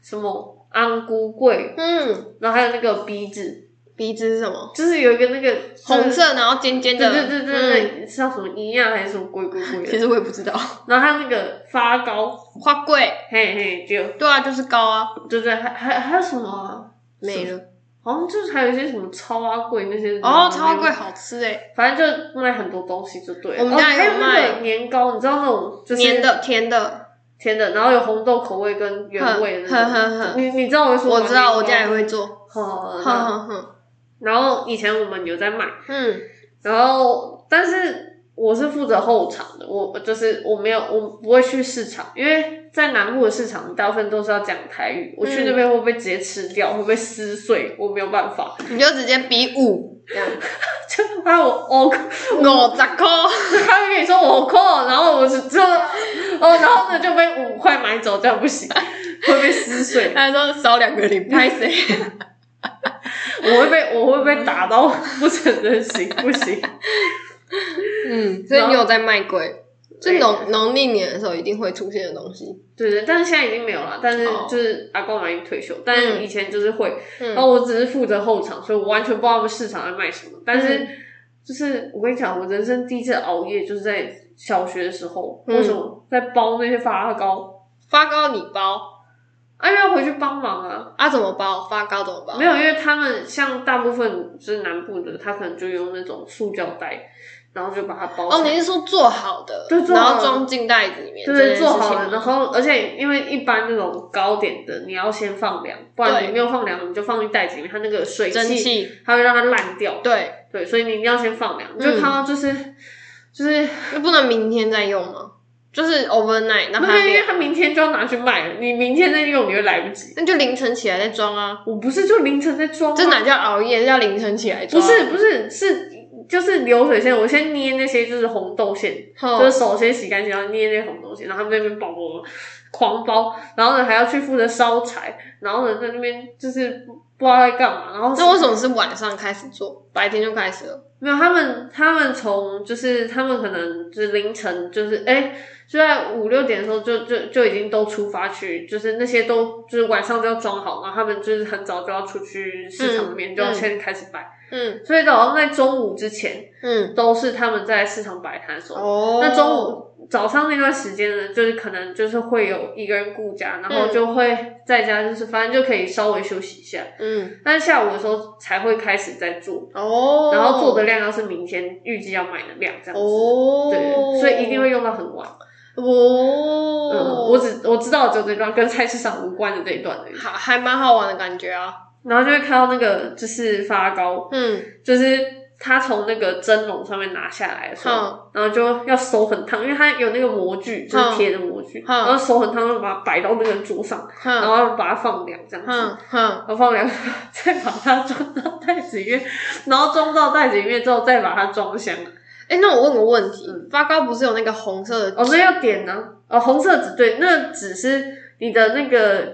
Speaker 2: 什么安菇柜，
Speaker 1: 嗯，
Speaker 2: 然后还有那个鼻子，
Speaker 1: 鼻子是什么？
Speaker 2: 就是有一个那个
Speaker 1: 红，色，然后尖尖
Speaker 2: 就是
Speaker 1: 的，
Speaker 2: 对对对对
Speaker 1: 嗯，
Speaker 2: 对，是叫什么一样还是什么鬼鬼鬼
Speaker 1: 其
Speaker 2: 的，
Speaker 1: 实我也不知道，
Speaker 2: 然后还有那个发糕，
Speaker 1: 花贵，
Speaker 2: 嘿嘿，就
Speaker 1: 对啊，就是高啊，
Speaker 2: 对对，还还还有什么啊？
Speaker 1: 没了。
Speaker 2: 好像就是还有一些什么超阿贵那些
Speaker 1: 哦，超贵，，好吃哎，
Speaker 2: 反正就卖很多东西就对了。
Speaker 1: 我们家
Speaker 2: 哦还
Speaker 1: 有
Speaker 2: 有那
Speaker 1: 卖
Speaker 2: 个年糕，你知道那种就是
Speaker 1: 黏的甜的，
Speaker 2: 甜的，然后有红豆口味跟原味的
Speaker 1: 哼
Speaker 2: 那
Speaker 1: 哼
Speaker 2: 种。
Speaker 1: 哼，
Speaker 2: 你你知道我说
Speaker 1: 我知道，我家也。会做，
Speaker 2: 哦
Speaker 1: 哼，
Speaker 2: 那
Speaker 1: 哼哼，
Speaker 2: 然后以前我们有在卖，
Speaker 1: 嗯，
Speaker 2: 然后但是我是负责后场的，我就是我没有我不会去市场，因为在南部的市场大部分都是要讲台语，我去那边会不会直接吃掉，会不会撕碎，我没有办法。 *laughs*
Speaker 1: 你就直接比五，这样，
Speaker 2: 就还有我
Speaker 1: *laughs*
Speaker 2: 哦
Speaker 1: 五十块，
Speaker 2: 他会跟你说我扣，然后我是就哦，然后呢就 *laughs* 被五块买走，这样不行，会被撕碎，
Speaker 1: 他说少两个零，拍谁？
Speaker 2: 我会被我会被打到不成人形，不行。 *laughs*
Speaker 1: 嗯，所以你有在卖龟，是
Speaker 2: 对
Speaker 1: 农农历年的时候一定会出现的东西，
Speaker 2: 对对，但是现在已经没有了，但是
Speaker 1: 哦
Speaker 2: 就是阿公已经退休，但是以前就是会，
Speaker 1: 嗯，
Speaker 2: 然后我只是负责后场，所以我完全不知道他们市场在卖什么。但是、
Speaker 1: 嗯
Speaker 2: 就是我跟你讲，我人生第一次熬夜就是在小学的时候，
Speaker 1: 嗯
Speaker 2: 为什么在包那些发糕？
Speaker 1: 发糕你包
Speaker 2: 啊，因为要回去帮忙啊。
Speaker 1: 啊？怎么包？发糕怎么包
Speaker 2: 没？有，因为他们像大部分就是南部的，他可能就用那种塑胶袋，然后就把它包起
Speaker 1: 哦，
Speaker 2: 来。
Speaker 1: 你是说做好的，
Speaker 2: 对做
Speaker 1: 然
Speaker 2: 好
Speaker 1: 后
Speaker 2: 的
Speaker 1: 装进袋子里面，
Speaker 2: 对
Speaker 1: 这件
Speaker 2: 对，
Speaker 1: 事
Speaker 2: 做
Speaker 1: 情
Speaker 2: 好了，
Speaker 1: 吗
Speaker 2: 然后而且因为一般那种糕点的，你要先放凉，不然
Speaker 1: 对
Speaker 2: 你没有放凉，你就放进袋子里面，它那个水
Speaker 1: 蒸
Speaker 2: 汽
Speaker 1: 汽，
Speaker 2: 它会让它烂掉。
Speaker 1: 对，
Speaker 2: 对，所以你一定要先放凉。
Speaker 1: 嗯
Speaker 2: 你就看到就是就是，
Speaker 1: 那不能明天再用吗？就是 overnight，然
Speaker 2: 不
Speaker 1: 后
Speaker 2: 是因为
Speaker 1: 还
Speaker 2: 它明天就要拿去卖了，你明天再用你会来不及。
Speaker 1: 那就凌晨起来再装啊。
Speaker 2: 我不是就凌晨在装吗，
Speaker 1: 这哪叫熬夜？这叫凌晨起来
Speaker 2: 不
Speaker 1: 装。
Speaker 2: 是不是是就是流水线，我先捏那些就是红豆馅。
Speaker 1: 哼，
Speaker 2: 就是手先洗干净，然后捏那种东西，然后他们在那边包包包狂包，然后呢还要去负责烧柴，然后呢在那边就是不知道在干嘛，然后
Speaker 1: 那为什么是晚上开始做，白天就开始了？
Speaker 2: 没有他们他们从就是他们可能就是凌晨就是哎、就在五六点的时候就就就已经都出发去，就是那些都就是晚上都要装好，然后他们就是很早就要出去市场里面、
Speaker 1: 嗯
Speaker 2: 就要先开始摆，
Speaker 1: 嗯
Speaker 2: 所以早上在中午之前
Speaker 1: 嗯，
Speaker 2: 都是他们在市场摆摊的时候。
Speaker 1: 哦，
Speaker 2: 那中午早上那段时间呢，就是可能就是会有一个人顾家，然后就会在家，就是反正就可以稍微休息一下。
Speaker 1: 嗯
Speaker 2: 但是下午的时候才会开始在做，
Speaker 1: 哦，
Speaker 2: 然后做的量要是明天预计要买的量这样子。
Speaker 1: 哦，
Speaker 2: 对，所以一定会用到很晚。
Speaker 1: 哦，
Speaker 2: 嗯，我只我知道只有这一段跟菜市场无关的这一段而已。
Speaker 1: 还还蛮好玩的感觉啊，
Speaker 2: 然后就会看到那个就是发糕，
Speaker 1: 嗯
Speaker 2: 就是它从那个蒸笼上面拿下来的时候，然后就要手很烫，因为它有那个模具，就是铁的模具，
Speaker 1: 嗯
Speaker 2: 然后手很烫，就把它摆到那个桌上，然
Speaker 1: 哼
Speaker 2: 后把它放凉这样子。
Speaker 1: 哼哼，
Speaker 2: 然后放凉， *laughs* 再把它装到袋子里面，然后装到袋子里面之后，再把它装箱。
Speaker 1: 哎，那我问个问题
Speaker 2: 嗯，
Speaker 1: 发糕不是有那个红色的
Speaker 2: 哦，那要点呢、哦，红色纸对，那只是你的那个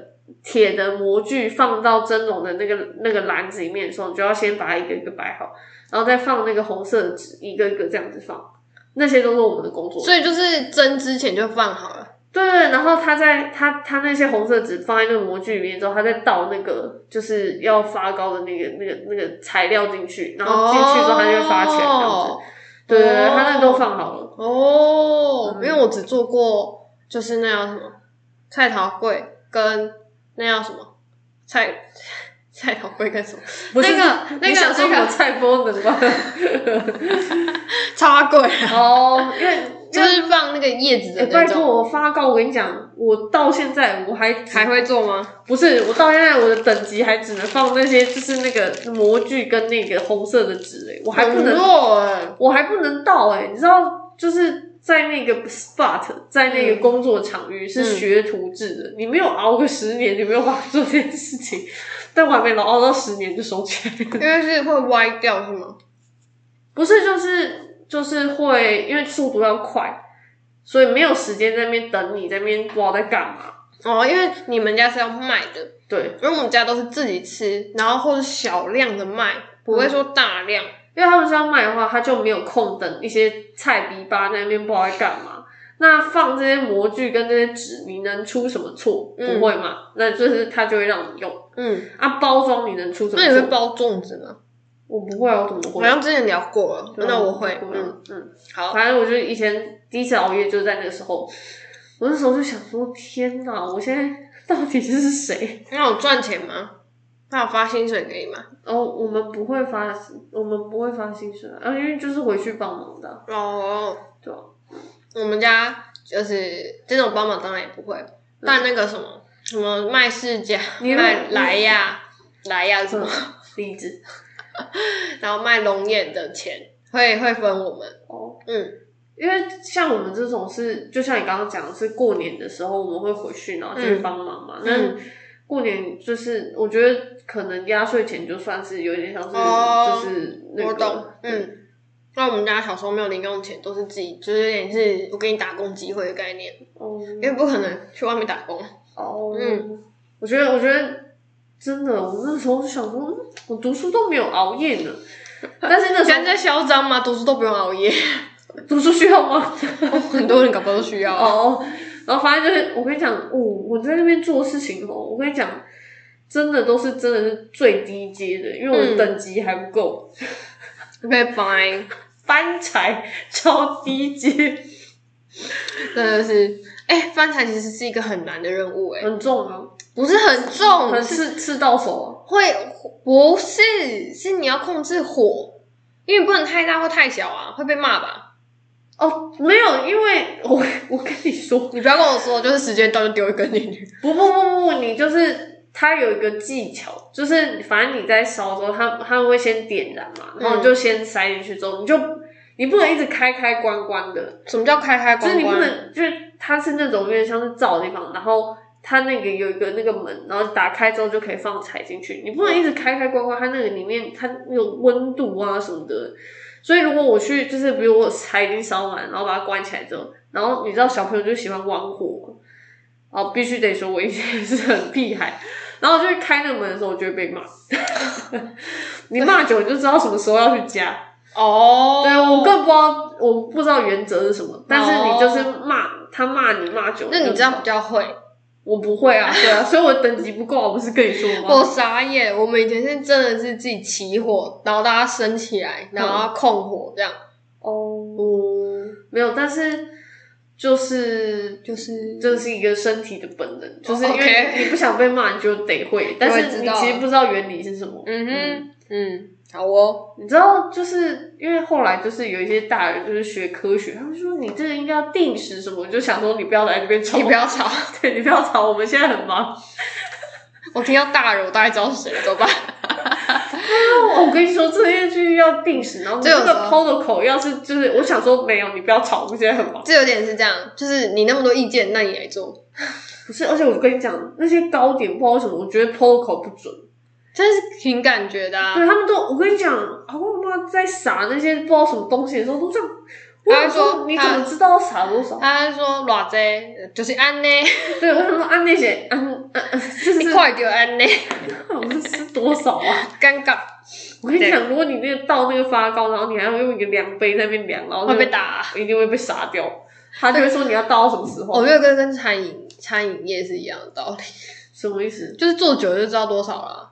Speaker 2: 铁的模具放到蒸笼的那个那个篮子里面的时候，你就要先把它一个一个摆好，然后再放那个红色的纸，一个一个这样子放。那些都是我们的工作。
Speaker 1: 所以就是蒸之前就放好了，
Speaker 2: 对对，然后它在它它那些红色纸放在那个模具里面之后，它再倒那个就是要发糕的那个那个那个材料进去，然后进去之后它就会发起来这样子。
Speaker 1: 哦
Speaker 2: 对对对，它那个都
Speaker 1: 哦
Speaker 2: 放好了。
Speaker 1: 哦，
Speaker 2: 嗯
Speaker 1: 因为我只做过就是那叫什么菜桃柜跟那叫什么菜 *laughs* 菜桃柜跟什么 *laughs*
Speaker 2: 不是
Speaker 1: 那个那
Speaker 2: 你
Speaker 1: 个
Speaker 2: 想说
Speaker 1: 那个
Speaker 2: 我菜包能吗？
Speaker 1: 插柜啊，
Speaker 2: 哦，因为
Speaker 1: 就是放那个叶子
Speaker 2: 哎、
Speaker 1: 的那
Speaker 2: 拜托
Speaker 1: 种，
Speaker 2: 我发告，我跟你讲，我到现在我还
Speaker 1: 还会做吗？
Speaker 2: 不是，我到现在我的等级还只能放那些就是那个模具跟那个红色的纸、哎，我还不能，
Speaker 1: 做哎，
Speaker 2: 我还不能到哎、你知道，就是在那个 spot，在那个工作场域是学徒制的，你没有熬个十年，你没有办法做这件事情，但我还没熬到十年就收起来
Speaker 1: 因
Speaker 2: 了，
Speaker 1: 为是会歪掉是吗？
Speaker 2: 不是就是就是会因为速度要快，所以没有时间在那边等你，在那边不知道在干嘛。
Speaker 1: 哦，因为你们家是要卖的，
Speaker 2: 对，
Speaker 1: 因为我们家都是自己吃，然后或者小量的卖，不会说大量。嗯
Speaker 2: 因为他们是要卖的话，他就没有空等一些菜逼吧在那边不知道在干嘛。那放这些模具跟这些纸，你能出什么错？
Speaker 1: 嗯
Speaker 2: 不会嘛？那就是他就会让你用
Speaker 1: 嗯，
Speaker 2: 啊。包装你能出什么
Speaker 1: 那
Speaker 2: 错？
Speaker 1: 你会？包粽子吗？
Speaker 2: 我不会啊，我怎么
Speaker 1: 好
Speaker 2: 会？
Speaker 1: 像之前聊过了，
Speaker 2: 对啊
Speaker 1: 那我会，
Speaker 2: 不
Speaker 1: 嗯，
Speaker 2: 啊嗯，
Speaker 1: 好，
Speaker 2: 反正我就以前第一次熬夜就是在那个时候，我那时候就想说，天哪，我现在到底是谁？
Speaker 1: 那有赚钱吗？那有发薪水给你吗？
Speaker 2: 哦，我们不会发，我们不会发薪水啊，啊因为就是回去帮忙的啊，
Speaker 1: 哦，
Speaker 2: 对啊
Speaker 1: 我们家就是这种帮忙当然也不会，但那个什么什么卖世家、
Speaker 2: 你
Speaker 1: 卖来呀、来呀什么，
Speaker 2: 离职
Speaker 1: 然后卖龙眼的钱会会分我们，
Speaker 2: 哦。
Speaker 1: 嗯
Speaker 2: 因为像我们这种是，就像你刚刚讲的是过年的时候我们会回去，然后就去帮忙嘛。那、
Speaker 1: 嗯
Speaker 2: 过年就是我觉得可能压岁钱就算是有点像是、
Speaker 1: 哦
Speaker 2: 就是那个，
Speaker 1: 我懂，嗯。那我们家小时候没有零用钱，都是自己，就是有点是我给你打工机会的概念，
Speaker 2: 哦
Speaker 1: 因为不可能去外面打工。
Speaker 2: 哦，
Speaker 1: 嗯
Speaker 2: 我觉得我觉得真的，我那时候就想说，嗯我读书都没有熬夜呢，但是那时
Speaker 1: 现在嚣张吗？读书都不用熬夜，
Speaker 2: 候读书需要吗？
Speaker 1: *laughs* 很多人搞不好都需要啊。
Speaker 2: 哦，然后反正就是，我跟你讲，哦，我在那边做事情哦，我跟你讲，真的都是真的是最低阶的，因为我
Speaker 1: 嗯
Speaker 2: 的等级还不够，
Speaker 1: 拜拜。
Speaker 2: 翻柴超低阶， *laughs*
Speaker 1: 真的是，哎、翻柴其实是一个很难的任务、哎，
Speaker 2: 很重啊，
Speaker 1: 不是很重，
Speaker 2: 很
Speaker 1: 哦是
Speaker 2: 刺刺到手啊
Speaker 1: 会不是是你要控制火，因为你不能太大或太小啊，会被骂吧？
Speaker 2: 啊。哦，没有，因为我 *laughs* 我跟你说，
Speaker 1: 你不要跟我说，就是时间到就丢一根进去。
Speaker 2: 不不不不，你就是。它有一个技巧，就是反正你在烧的时候，它它会先点燃嘛，然
Speaker 1: 嗯
Speaker 2: 后你就先塞进去之后，你就你不能一直开开关关的，
Speaker 1: 什么叫开开
Speaker 2: 就
Speaker 1: 关
Speaker 2: 是你不
Speaker 1: 关？
Speaker 2: 能，就是它是那种有点像是灶的地方，然后它那个有一个那个门，然后打开之后就可以放柴进去。你不能一直开开关关，它那个里面它那个温度啊什么的。所以如果我去，就是比如我柴已经烧完，然后把它关起来之后，然后你知道小朋友就喜欢玩火，哦，必须得说我以前也是很屁孩。然后我就去开那个门的时候，我就会被骂。 *laughs* 你骂久，你就知道什么时候要去加。
Speaker 1: 哦，
Speaker 2: 对，我更不知道，我不知道原则是什么，但是你就是骂、他骂你骂久了，
Speaker 1: 哦那你这样
Speaker 2: 就
Speaker 1: 比较会，
Speaker 2: 我不会啊，对啊，所以我等级不够啊，我不是跟你说
Speaker 1: 我
Speaker 2: 吗？
Speaker 1: 傻眼，我们以前是真的是自己起火，然后大家升起来，然后控火这样。
Speaker 2: 嗯哦，
Speaker 1: 嗯，
Speaker 2: 没有，但是就是
Speaker 1: 就是
Speaker 2: 这是一个身体的本能，就是
Speaker 1: 哦
Speaker 2: 因为
Speaker 1: OK
Speaker 2: 你不想被骂，你就得会，但是
Speaker 1: 知
Speaker 2: 你
Speaker 1: 道
Speaker 2: 其实不知道原理是什么。
Speaker 1: 嗯哼嗯，好哦，
Speaker 2: 你知道，就是因为后来就是有一些大人就是学科学，他们说你这个应该要定时什么，我就想说你不要来这边吵，
Speaker 1: 你不要吵， *laughs*
Speaker 2: 对，你不要吵，我们现在很忙。
Speaker 1: 我听到大人，我大概知道是谁了，走吧。 *laughs*
Speaker 2: 哦，我跟你说，这些就是要定时，然后你
Speaker 1: 这
Speaker 2: 这
Speaker 1: 有
Speaker 2: 个 protocol 要是就是，我想说没有，你不要吵，我们现在很忙。
Speaker 1: 这有点是这样，就是你那么多意见，那你来做，
Speaker 2: 不是，而且我跟你讲，那些糕点不知道为什么，我觉得 protocol 不准。
Speaker 1: 真是挺感觉的啊。
Speaker 2: 对他们都，我跟你讲，阿公阿妈在撒那些不知道什么东西的时候，都这样。我
Speaker 1: 他
Speaker 2: 想
Speaker 1: 会说
Speaker 2: 说，你怎么知道撒多少？
Speaker 1: 他说偌济，就是安呢， *laughs*
Speaker 2: 对，我想说按那些，按按，按就
Speaker 1: 你
Speaker 2: 是
Speaker 1: 快点安呢，
Speaker 2: 我是吃多少啊？
Speaker 1: 尴尬
Speaker 2: 我跟你讲，如果你那个倒那个发糕，然后你还要用一个量杯在那边量，然后
Speaker 1: 会
Speaker 2: 那
Speaker 1: 被
Speaker 2: 个
Speaker 1: 打啊。哦
Speaker 2: 一定会被杀掉。他就会说你要倒到什么时
Speaker 1: 我
Speaker 2: 候？
Speaker 1: 觉得跟跟餐饮餐饮业是一样的道理，
Speaker 2: 什么意思？
Speaker 1: 就是做久了就知道多少了。啊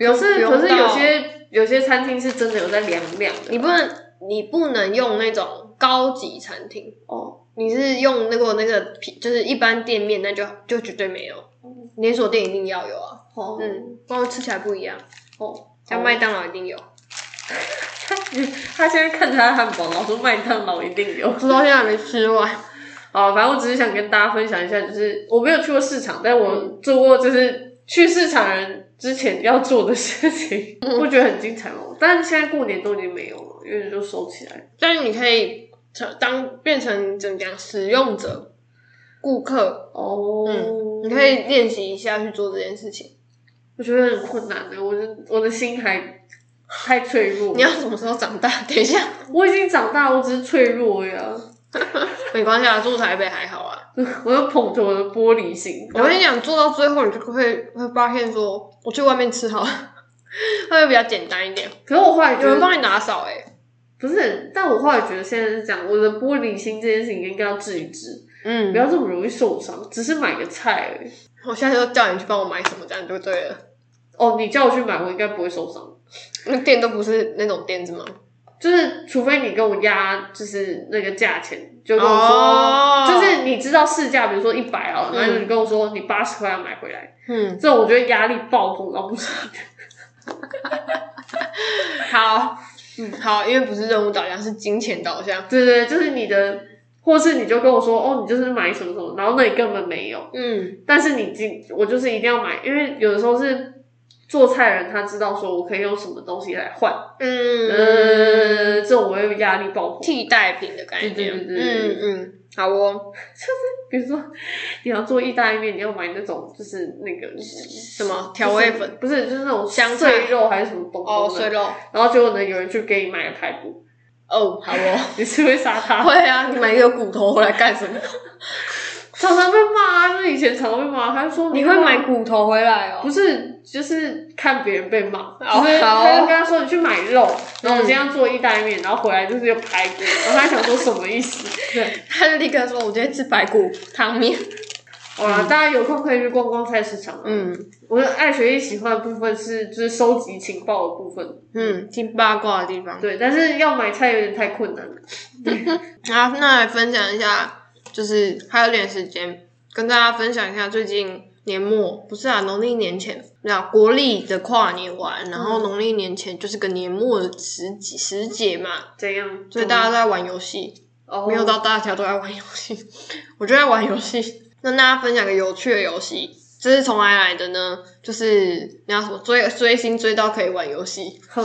Speaker 1: 不用
Speaker 2: 可是
Speaker 1: 不
Speaker 2: 可
Speaker 1: 用
Speaker 2: 是
Speaker 1: 到
Speaker 2: 有些有些餐厅是真的有在量量的。
Speaker 1: 你不能你不能用那种高级餐厅，
Speaker 2: 哦，
Speaker 1: 你是用那个那个平就是一般店面，那就就绝对没有。连锁店一定要有啊，
Speaker 2: 哦
Speaker 1: 嗯，不然吃起来不一样。
Speaker 2: 哦，
Speaker 1: 像麦当劳一定有，
Speaker 2: 他 *laughs* 现在看着他的汉堡，老说麦当劳一定有。
Speaker 1: 我到现在还没吃完。
Speaker 2: 好，反正我只是想跟大家分享一下，就是我没有去过市场，但我
Speaker 1: 嗯
Speaker 2: 做过就是去市场人之前要做的事情，
Speaker 1: 嗯
Speaker 2: *laughs* 我觉得很精彩哦。但是现在过年都已经没有了，因为就收起来了。
Speaker 1: 但是你可以成当变成怎么讲使用者、顾客，
Speaker 2: 哦
Speaker 1: 你可以练习一下去做这件事情。
Speaker 2: 我觉得很困难啊的，我的我的心还太脆弱了。
Speaker 1: 你要什么时候长大？ *laughs* 等一下，
Speaker 2: 我已经长大，我只是脆弱呀。
Speaker 1: 没关系啊，住台北还好啊。
Speaker 2: 我又捧着我的玻璃心，
Speaker 1: 我跟你讲，做到最后，你就会会发现说，我去外面吃好了，会比较简单一点。
Speaker 2: 可是我后来觉
Speaker 1: 有人
Speaker 2: 得
Speaker 1: 帮你打扫哎、
Speaker 2: 不是，但我后来觉得现在是这样，我的玻璃心这件事情应该要治一治，
Speaker 1: 嗯
Speaker 2: 不要这么容易受伤，只是买个菜而已。
Speaker 1: 我下次就叫你去帮我买什么，这样就对了。
Speaker 2: 哦，你叫我去买，我应该不会受伤。
Speaker 1: 那店都不是那种店是吗？
Speaker 2: 就是除非你跟我压，就是那个价钱，就跟我说，
Speaker 1: 哦
Speaker 2: 就是你知道市价，比如说一百啊，然后
Speaker 1: 嗯
Speaker 2: 你跟我说你八十块要买回来，
Speaker 1: 嗯，
Speaker 2: 这种我觉得压力爆棚到不行。
Speaker 1: *laughs* 好，嗯好，因为不是任务导向，是金钱导向。
Speaker 2: 对对，对就是你的，或是你就跟我说，哦，你就是买什么什么，然后那里根本没有，
Speaker 1: 嗯
Speaker 2: 但是你今我就是一定要买，因为有的时候是做菜人他知道说我可以用什么东西来换，
Speaker 1: 嗯，
Speaker 2: 呃，这种我会压力爆棚。
Speaker 1: 替代品的概念。
Speaker 2: 对对对对
Speaker 1: 嗯嗯，好哦。
Speaker 2: 比如说你要做意大利面，你要买那种就是那个什
Speaker 1: 么调味粉，
Speaker 2: 不是就是那种
Speaker 1: 香菜
Speaker 2: 脆肉还是什么东
Speaker 1: 哦，
Speaker 2: 东
Speaker 1: 碎
Speaker 2: 的，
Speaker 1: 肉。
Speaker 2: 然后结果呢有人去给你买了排骨，
Speaker 1: 哦，好哦。 *laughs*
Speaker 2: 你是会杀他？
Speaker 1: 会啊， *laughs* 你买一个骨头回来干什么？
Speaker 2: 常常被骂，啊就是以前常常被骂，他就说
Speaker 1: 你会买骨头回来哦
Speaker 2: 不？是，就是看别人被骂，
Speaker 1: 哦嗯
Speaker 2: 就是
Speaker 1: 好
Speaker 2: 他就跟他说你去买肉，然后我今天要做意大利面，然后回来就是有排骨，然后他想说什么意思？对，
Speaker 1: 他就立刻说：“我今天吃排骨汤面。
Speaker 2: 好啦，大家有空可以去逛逛菜市场”。，啊
Speaker 1: 嗯
Speaker 2: 我的爱学艺喜欢的部分是就是收集情报的部分，
Speaker 1: 嗯，听八卦的地方。
Speaker 2: 对，但是要买菜有点太困难了。
Speaker 1: 好，那来分享一下，就是还有点时间，跟大家分享一下最近年末，不是啊，农历年前，那国历的跨年完，然后农历年前就是个年末的时节时节嘛，
Speaker 2: 怎样？
Speaker 1: 所以大家都在玩游戏，
Speaker 2: 哦，
Speaker 1: 没有到大家都在玩游戏， *laughs* 我就在玩游戏。跟大家分享个有趣的游戏，这是从哪里来的呢？就是那叫什么追追星追到可以玩游戏，
Speaker 2: 哼，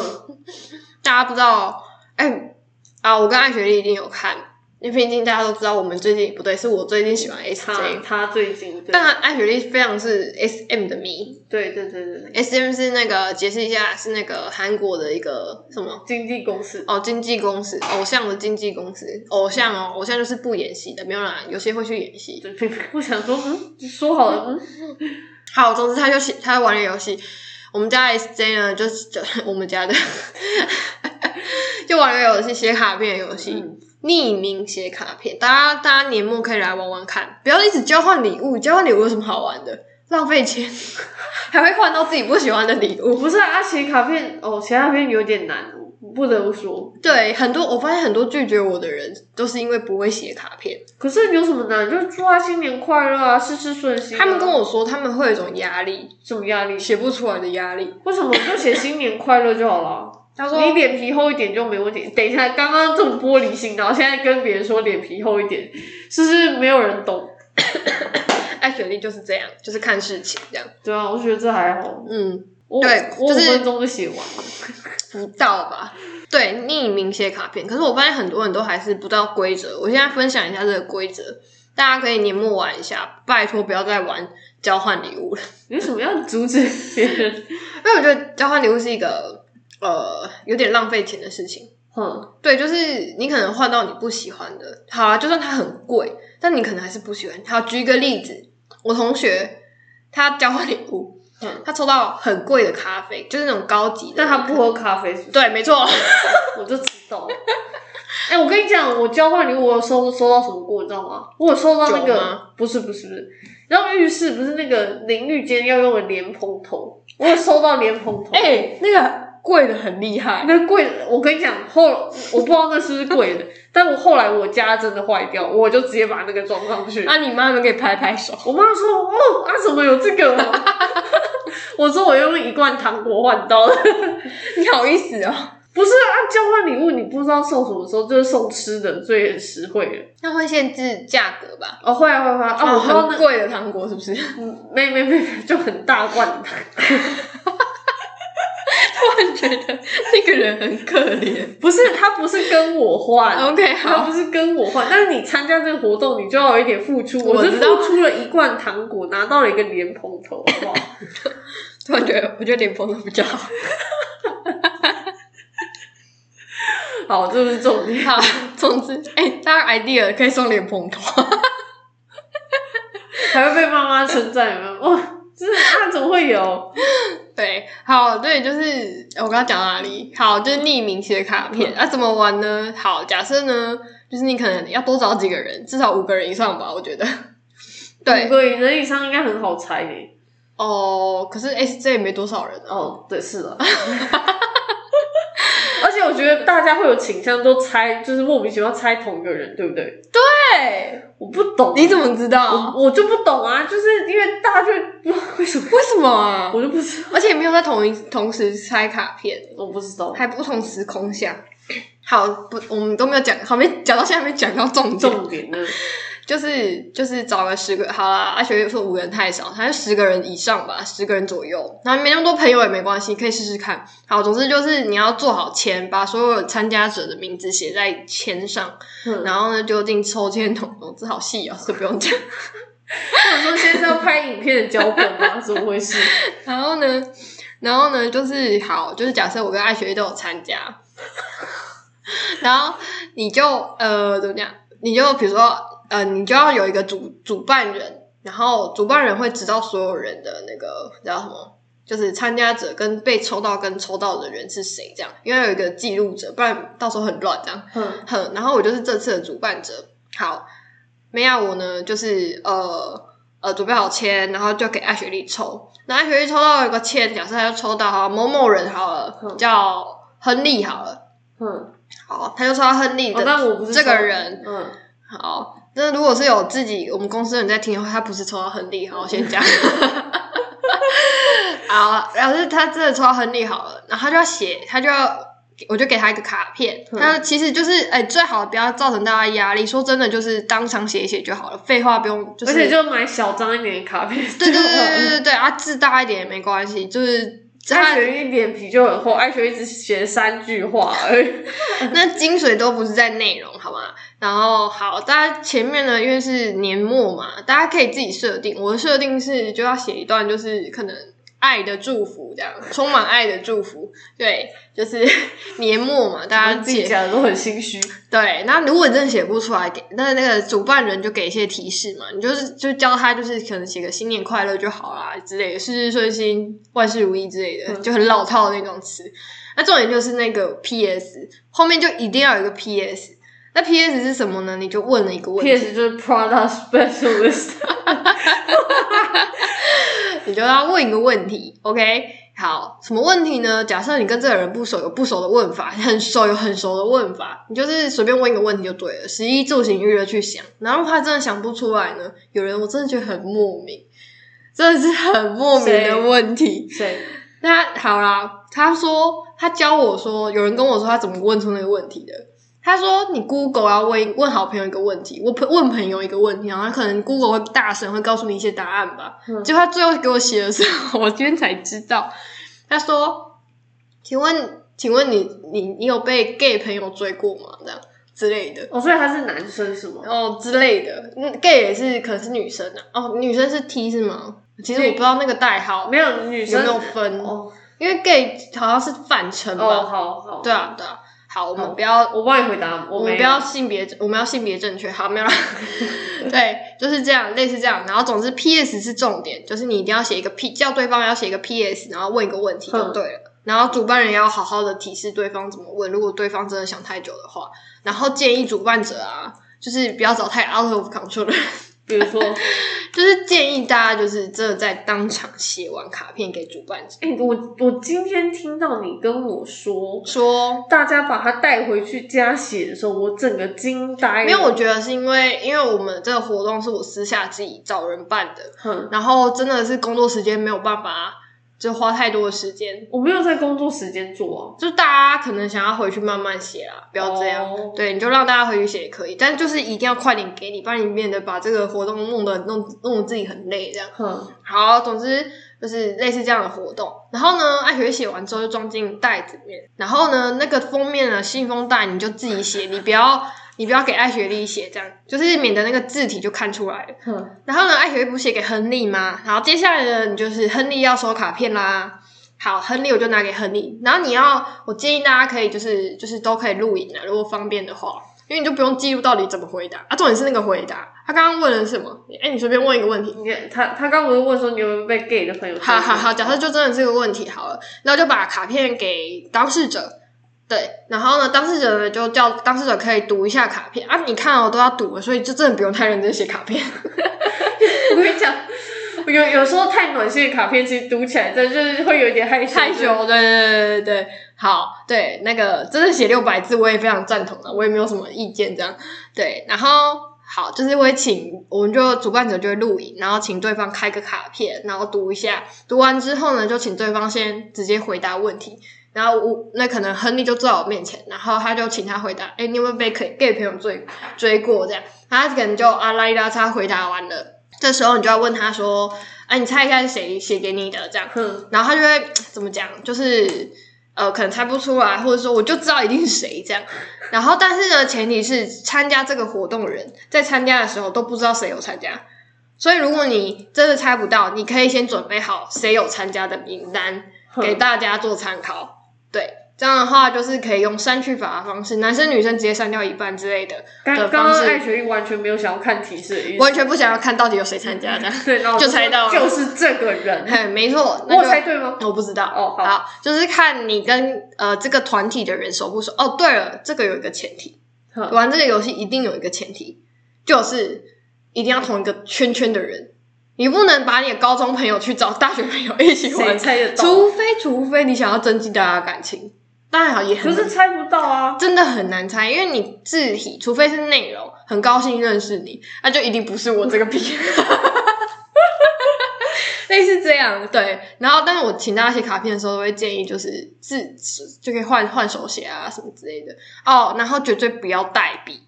Speaker 1: 大家不知道，哎、啊，我跟艾雪莉一定有看，因为毕竟大家都知道我们最近不对，是我最近喜欢 S
Speaker 2: 他
Speaker 1: J，
Speaker 2: 他最近对
Speaker 1: 但艾雪莉非常是 S M 的迷
Speaker 2: 对对对对对，
Speaker 1: ，S M 是那个解释一下，是那个韩国的一个什么
Speaker 2: 经纪公司
Speaker 1: 哦经纪公司，偶像的经纪公司，偶像哦，偶像就是不演戏的，没有啦，有些会去演戏。
Speaker 2: 对，我想说，嗯，说好了，嗯，
Speaker 1: 好，总之他就喜他玩了游戏。我们家 S J 呢， *laughs* 就是我们家的就玩了游戏，写卡片的游戏。
Speaker 2: 嗯
Speaker 1: 匿名写卡片，大家大家年末可以来玩玩看，不要一直交换礼物，交换礼物有什么好玩的？浪费钱， *laughs* 还会换到自己不喜欢的礼
Speaker 2: 我
Speaker 1: 物。
Speaker 2: 不是啊，写卡片哦，写卡片有点难，不得不说。
Speaker 1: 对，很多我发现很多拒绝我的人都是因为不会写卡片。
Speaker 2: 可是有什么难？就祝他新年快乐啊，事事顺心啊、
Speaker 1: 他们跟我说，他们会有一种压力，
Speaker 2: 什么压力？
Speaker 1: 写不出来的压力。
Speaker 2: 为什么不写新年快乐就好了？
Speaker 1: 他
Speaker 2: 你脸皮厚一点就没问题。等一下，刚刚这么玻璃心，然后现在跟别人说脸皮厚一点，是不是没有人懂？
Speaker 1: 爱雪莉哎就是这样，就是看事情这样。
Speaker 2: 对啊，我觉得这还好。
Speaker 1: 嗯，
Speaker 2: 我
Speaker 1: 对
Speaker 2: 我五
Speaker 1: 就是
Speaker 2: 分钟就写完了。
Speaker 1: 不到吧？对，匿名写卡片。可是我发现很多人都还是不知道规则。我现在分享一下这个规则，大家可以年末玩一下，拜托不要再玩交换礼物了， *laughs*
Speaker 2: 你为什么要阻止别人？ *laughs*
Speaker 1: 因为我觉得交换礼物是一个呃有点浪费钱的事情。
Speaker 2: 哼，
Speaker 1: 对，就是你可能换到你不喜欢的，好啊，就算它很贵，但你可能还是不喜欢。好，举一个例子，我同学他交换礼物
Speaker 2: 嗯，
Speaker 1: 他抽到很贵的咖啡，就是那种高级的，
Speaker 2: 但他不喝咖啡是不是？
Speaker 1: 对，没错，
Speaker 2: 我就知道了。 *laughs* 哎、我跟你讲，我交换礼物，我有收收到什么过，你知道吗？我有收到那
Speaker 1: 酒
Speaker 2: 个
Speaker 1: 吗，
Speaker 2: 不是不是不是，然后浴室不是那个淋浴间要用的莲蓬头，我有收到莲蓬
Speaker 1: *laughs*
Speaker 2: 头。
Speaker 1: 哎、那个贵的很厉害，
Speaker 2: 那贵，我跟你讲，后我不知道那是不是贵的，但我后来我家真的坏掉，我就直接把那个装
Speaker 1: *laughs*
Speaker 2: 上去。
Speaker 1: 啊那、你妈们可以拍拍手， *laughs*
Speaker 2: 我妈说：“哦，啊，怎么有这个？” *laughs* 我说：“我用一罐糖果换到的。” *laughs*
Speaker 1: 你好意思哦？
Speaker 2: 不是啊，交换礼物你不知道送什么时候，就是送吃的，所以很实惠了。
Speaker 1: 那会限制价格吧？
Speaker 2: 哦，会啊会啊会啊！啊，我知道
Speaker 1: 很
Speaker 2: 那
Speaker 1: 贵的糖果是不 *laughs* 是？
Speaker 2: 嗯没没没，没就很大罐的，
Speaker 1: 突然觉得那个人很可怜。
Speaker 2: *laughs* 不是他不是跟我换，
Speaker 1: OK，
Speaker 2: 他
Speaker 1: 好，
Speaker 2: 不是跟我换，但是你参加这个活动，你就要有一点付出。
Speaker 1: 我
Speaker 2: 我是
Speaker 1: 知道
Speaker 2: 付出了一罐糖果，拿到了一个莲蓬头，好 *laughs* 不好？
Speaker 1: 突然觉得我觉得脸蓬的比较好。
Speaker 2: 好，这不是重点。 *laughs*
Speaker 1: 好， *laughs* 总之，哎、大家 idea 可以送脸盆头， *laughs*
Speaker 2: 还会被妈妈称赞，有没有？哇，真的啊，怎么会有？
Speaker 1: 对，好，对，就是呃我刚刚讲到哪里？好，就是匿名写卡片，那、怎么玩呢？好，假设呢，就是你可能要多找几个人，至少五个人以上吧，我觉得。
Speaker 2: 五
Speaker 1: 对，
Speaker 2: 个人以上应该很好猜耶。
Speaker 1: 哦，可是 S J 也没多少人啊。
Speaker 2: 哦，对，是的。 *laughs* 而且我觉得大家会有倾向都猜，就是莫名其妙猜同一个人，对不对？
Speaker 1: 对，
Speaker 2: 我不懂，
Speaker 1: 你怎么知
Speaker 2: 我
Speaker 1: 道？
Speaker 2: 我就不懂啊，就是因为大家就不知道为什么，
Speaker 1: 为什么啊？
Speaker 2: 我就不知道，
Speaker 1: 而且没有在同一同时拆卡片，
Speaker 2: 我不知道。
Speaker 1: 还不同时空下。好，不，我们都没有讲，好没讲到现在没讲到重点。
Speaker 2: 重点呢？
Speaker 1: 就是就是找个十个好啦，阿雪又说五个人太少，他就十个人以上吧，十个人左右。然后没那么多朋友也没关系，可以试试看。好，总之就是你要做好签，把所有参加者的名字写在签上，
Speaker 2: 嗯
Speaker 1: 然后呢丢进抽签筒。总之好细哦，这不用讲。
Speaker 2: 我想说现在是要拍影片的脚本吗？怎么回事？
Speaker 1: *laughs* 然后呢，然后呢就是好，就是假设我跟爱雪都有参加，然后你就呃怎么讲，你就比如说呃，你就要有一个主主办人，然后主办人会知道所有人的那个叫什么。就是参加者跟被抽到跟抽到的人是谁这样，因为有一个记录者，不然到时候很乱这样。
Speaker 2: 嗯，
Speaker 1: 哼，然后我就是这次的主办者。好，梅亚我呢就是呃呃准备好签，然后就给艾雪莉抽。那艾雪莉抽到一个签，假设她就抽到好某某人好了
Speaker 2: 嗯，
Speaker 1: 叫亨利好了。
Speaker 2: 嗯，
Speaker 1: 好，她就抽到亨利
Speaker 2: 哦
Speaker 1: 的、，
Speaker 2: 但我不是
Speaker 1: 这个
Speaker 2: 说，
Speaker 1: 人。
Speaker 2: 嗯，
Speaker 1: 好，那如果是有自己我们公司人在听的话，他不是抽到亨利，好，我先讲。 *laughs* 好，然后是他真的抽到亨利好了，然后他就要写，他就要，我就给他一个卡片。
Speaker 2: 嗯
Speaker 1: 他其实就是，哎、最好不要造成大家压力。说真的，就是当场写一写就好了，废话不用，就是
Speaker 2: 而且就嗯买小张一点的卡片，
Speaker 1: 对对
Speaker 2: *laughs*
Speaker 1: 对
Speaker 2: 就好了
Speaker 1: 对对对对，啊，字大一点也没关系，就是
Speaker 2: 艾
Speaker 1: 他
Speaker 2: 雪一脸皮就很厚，艾雪一直写三句话而已。
Speaker 1: 那精髓都不是在内容，好吗？然后好，大家前面呢，因为是年末嘛，大家可以自己设定。我的设定是就要写一段，就是可能爱的祝福这样，充满爱的祝福。对， *laughs* 就是年末嘛，大家
Speaker 2: 自己
Speaker 1: 写
Speaker 2: 讲的都很心虚。
Speaker 1: 对。那如果你真的写不出来，给那那个主办人就给一些提示嘛，你就是就教他，就是可能写个新年快乐就好啦之类的，事事顺心，万事如意之类的，
Speaker 2: 嗯
Speaker 1: 就很老套的那种词。那重点就是那个 PS 后面就一定要有一个 PS。那 PS 是什么呢？你就问了一个问题，
Speaker 2: P.S. 就是 Product Specialist， *laughs*
Speaker 1: 你就要问一个问题，OK？好，什么问题呢？假设你跟这个人不熟，有不熟的问法；很熟有很熟的问法，你就是随便问一个问题就对了。十一住行娱乐去想，然后如果他真的想不出来呢？有人我真的觉得很莫名，真的是很莫名
Speaker 2: 谁
Speaker 1: 的问题。
Speaker 2: 谁？
Speaker 1: 那好啦，他说他教我说，有人跟我说他怎么问出那个问题的。他说你 Google 要问问好朋友一个问题，我朋问朋友一个问题，然后他可能 Google 会大神会告诉你一些答案吧。
Speaker 2: 嗯
Speaker 1: 结果他最后给我写的时候，我今天才知道，他说：“请问，请问你你你有被 gay 朋友追过吗？这样之类的。”
Speaker 2: 哦，所以他是男生是吗？
Speaker 1: 哦之类的。嗯，gay 也是，可能是女生啊。哦，女生是 T 是吗？其实我不知道那个代号
Speaker 2: 没有女
Speaker 1: 有
Speaker 2: 生
Speaker 1: 没有分，
Speaker 2: 哦
Speaker 1: 因为 gay 好像是泛称
Speaker 2: 哦，
Speaker 1: 吧。
Speaker 2: 好好，
Speaker 1: 对，啊，对啊。好，我们不要，
Speaker 2: 我帮你回答，
Speaker 1: 我
Speaker 2: 没
Speaker 1: 们
Speaker 2: 有
Speaker 1: 不要性别，我们要性别正确。好，没有啦。 *laughs* 对，就是这样，类似这样。然后总之，P.S. 是重点，就是你一定要写一个 P，叫对方要写一个 P.S.，然后问一个
Speaker 2: 嗯
Speaker 1: 问题就对了。然后主办人要好好的提示对方怎么问，如果对方真的想太久的话，然后建议主办者啊，就是不要找太 out of control 的 *laughs* 人，
Speaker 2: 比如说，
Speaker 1: 就是建议大家就是真的在当场写完卡片给主办者，
Speaker 2: 哎、我我今天听到你跟我说，
Speaker 1: 说
Speaker 2: 大家把它带回去家写的时候，我整个惊呆了。
Speaker 1: 没有，我觉得是因为因为我们这个活动是我私下自己找人办的，
Speaker 2: 哼，
Speaker 1: 然后真的是工作时间没有办法，就花太多的时间，
Speaker 2: 我没有在工作时间做啊，
Speaker 1: 就大家可能想要回去慢慢写啦，不
Speaker 2: 不
Speaker 1: 要这样。
Speaker 2: 哦、
Speaker 1: 对，你就让大家回去写也可以，但就是一定要快点给你，不然你免得把这个活动弄得弄弄得自己很累这样。
Speaker 2: 哼，
Speaker 1: 好，总之就是类似这样的活动。然后呢，爱学写完之后就装进袋子里面，然后呢，那个封面呢，信封袋你就自己写，你不要你不要给爱学丽写，这样就是免得那个字体就看出来了。
Speaker 2: 哼，
Speaker 1: 然后呢，爱学丽不是写给亨利吗？然后接下来呢，你就是亨利要收卡片啦。好，亨利我就拿给亨利。然后你要，我建议大家可以就是就是都可以录影啊，如果方便的话，因为你就不用记录到底怎么回答啊。重点是那个回答，他刚刚问了什么？哎，你随便问一个问题。
Speaker 2: 你看他他刚不是问说你有没有被 gay 的朋友追过？
Speaker 1: 好好好，假设就真的是个问题好了，那就把卡片给当事者，对，然后呢，当事者呢就叫当事者可以读一下卡片啊，你看我、都要读了，所以就真的不用太认真写卡片，
Speaker 2: 我跟你讲，有有时候太暖心的卡片，其实读起来真的就是会有一点害羞，
Speaker 1: 害羞，对对对对对，好，对，那个真的写六百字我也非常赞同的，我也没有什么意见这样，对，然后。好，就是会请我们就主办者就会录影，然后请对方开个卡片，然后读一下，读完之后呢，就请对方先直接回答问题，然后我那可能亨利就坐在我面前，然后他就请他回答，哎，你有没有被 gay gay 朋友追追过这样？然后他可能就啊啦一啦嚓回答完了，这时候你就要问他说，哎、你猜一下是谁写给你的这样？
Speaker 2: 哼，
Speaker 1: 然后他就会怎么讲，就是呃，可能猜不出来，或者说我就知道一定是谁这样。然后，但是呢，前提是参加这个活动的人在参加的时候都不知道谁有参加，所以如果你真的猜不到，你可以先准备好谁有参加的名单
Speaker 2: 哼
Speaker 1: 给大家做参 *laughs* 考。对，这样的话就是可以用删去法的方式，男生女生直接删掉一半之类的，
Speaker 2: 刚
Speaker 1: 的
Speaker 2: 刚
Speaker 1: 方
Speaker 2: 刚
Speaker 1: 式
Speaker 2: 爱学玉完全没有想要看提示的意思，
Speaker 1: 完全不想要看到底有谁参加的。
Speaker 2: 对，然后
Speaker 1: *laughs*
Speaker 2: 我
Speaker 1: 就猜到了
Speaker 2: 就是这个人，
Speaker 1: 嘿，没错，那
Speaker 2: 我
Speaker 1: 就
Speaker 2: 猜对 *laughs* 吗？
Speaker 1: 我不知道
Speaker 2: 哦好
Speaker 1: 就是看你跟呃这个团体的人熟不熟。哦，对了，这个有一个前提，
Speaker 2: 哼
Speaker 1: 玩这个游戏一定有一个前提，就是一定要同一个圈圈的人，你不能把你的高中朋友去找大学朋友一起
Speaker 2: 谁
Speaker 1: 玩，
Speaker 2: 猜得到？
Speaker 1: 除非除非你想要增进大家的感情，当然好也很
Speaker 2: 可
Speaker 1: 难
Speaker 2: 是猜不到啊！
Speaker 1: 真的很难猜，因为你字体，除非是内容，很高兴认识你，那就一定不是我这个笔。类似这样，对。然后，但是我请大家写卡片的时候，都会建议就是字就可以换换手写啊什么之类的哦。然后绝对不要代笔，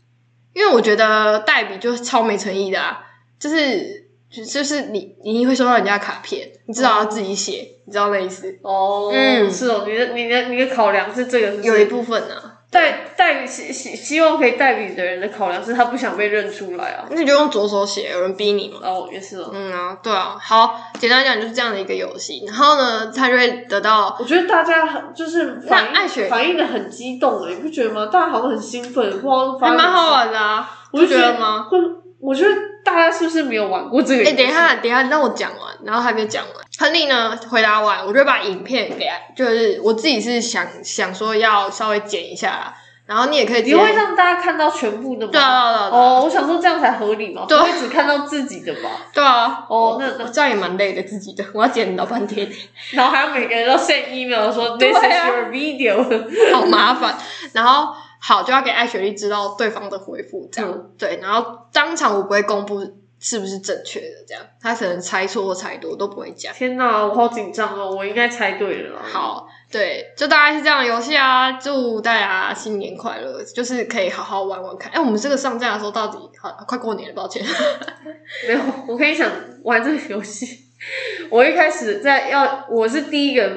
Speaker 1: 因为我觉得代笔就是超没诚意的啊，就是就就是你你会收到人家的卡片，你至少要自己写，你知道那意思？
Speaker 2: 哦，
Speaker 1: 嗯
Speaker 2: 是哦，你的你的你的考量是这个，是不是
Speaker 1: 有一部分啊，
Speaker 2: 代代笔希希希望可以代笔的人的考量是他不想被认出来啊。
Speaker 1: 那你就用左手写，有人逼你吗？
Speaker 2: 哦，也是哦。
Speaker 1: 嗯啊，对啊，好，简单讲就是这样的一个游戏。然后呢，他就会得到，
Speaker 2: 我觉得大家很就是
Speaker 1: 那
Speaker 2: 反
Speaker 1: 爱
Speaker 2: 应
Speaker 1: 雪
Speaker 2: 反应的很激动哎，你不觉得吗？大家好像很兴奋，不知道发
Speaker 1: 还
Speaker 2: 生什
Speaker 1: 蛮
Speaker 2: 么
Speaker 1: 好，玩的啊，
Speaker 2: 我就
Speaker 1: 不觉得吗？
Speaker 2: 会，我觉得大家是不是没有玩过这个？
Speaker 1: 哎、等一，下，等一下，你让我讲完，然后还没讲完。亨利呢，回答完，我就把影片给他，就是我自己是想想说要稍微剪一下啦，然后你也可以直
Speaker 2: 你
Speaker 1: 接
Speaker 2: 会让大家看到全部的吗？
Speaker 1: 对啊对啊对啊
Speaker 2: 哦，我想说这样才合理嘛，不
Speaker 1: 对啊
Speaker 2: 会只看到自己的吧？
Speaker 1: 对啊，
Speaker 2: 哦那那
Speaker 1: 我这样也蛮累的，自己的，我要剪老半天，
Speaker 2: 然后还要每个人都 send email 说
Speaker 1: 对
Speaker 2: this is
Speaker 1: 啊
Speaker 2: your video， *laughs*
Speaker 1: 好麻烦。然后好就要给艾雪莉知道对方的回复，这样、
Speaker 2: 嗯
Speaker 1: 对。然后当场我不会公布是不是正确的，这样他可能猜错或猜多都不会讲。
Speaker 2: 天哪，我好紧张哦，我应该猜对了啦。
Speaker 1: 好，对，就大概是这样的游戏啊。祝大家新年快乐，就是可以好好玩玩看。哎、我们这个上架的时候到底好快过年了，抱歉。 *laughs*
Speaker 2: 没有，我跟你讲，玩这个游戏， *laughs* 我一开始在要，我是第一个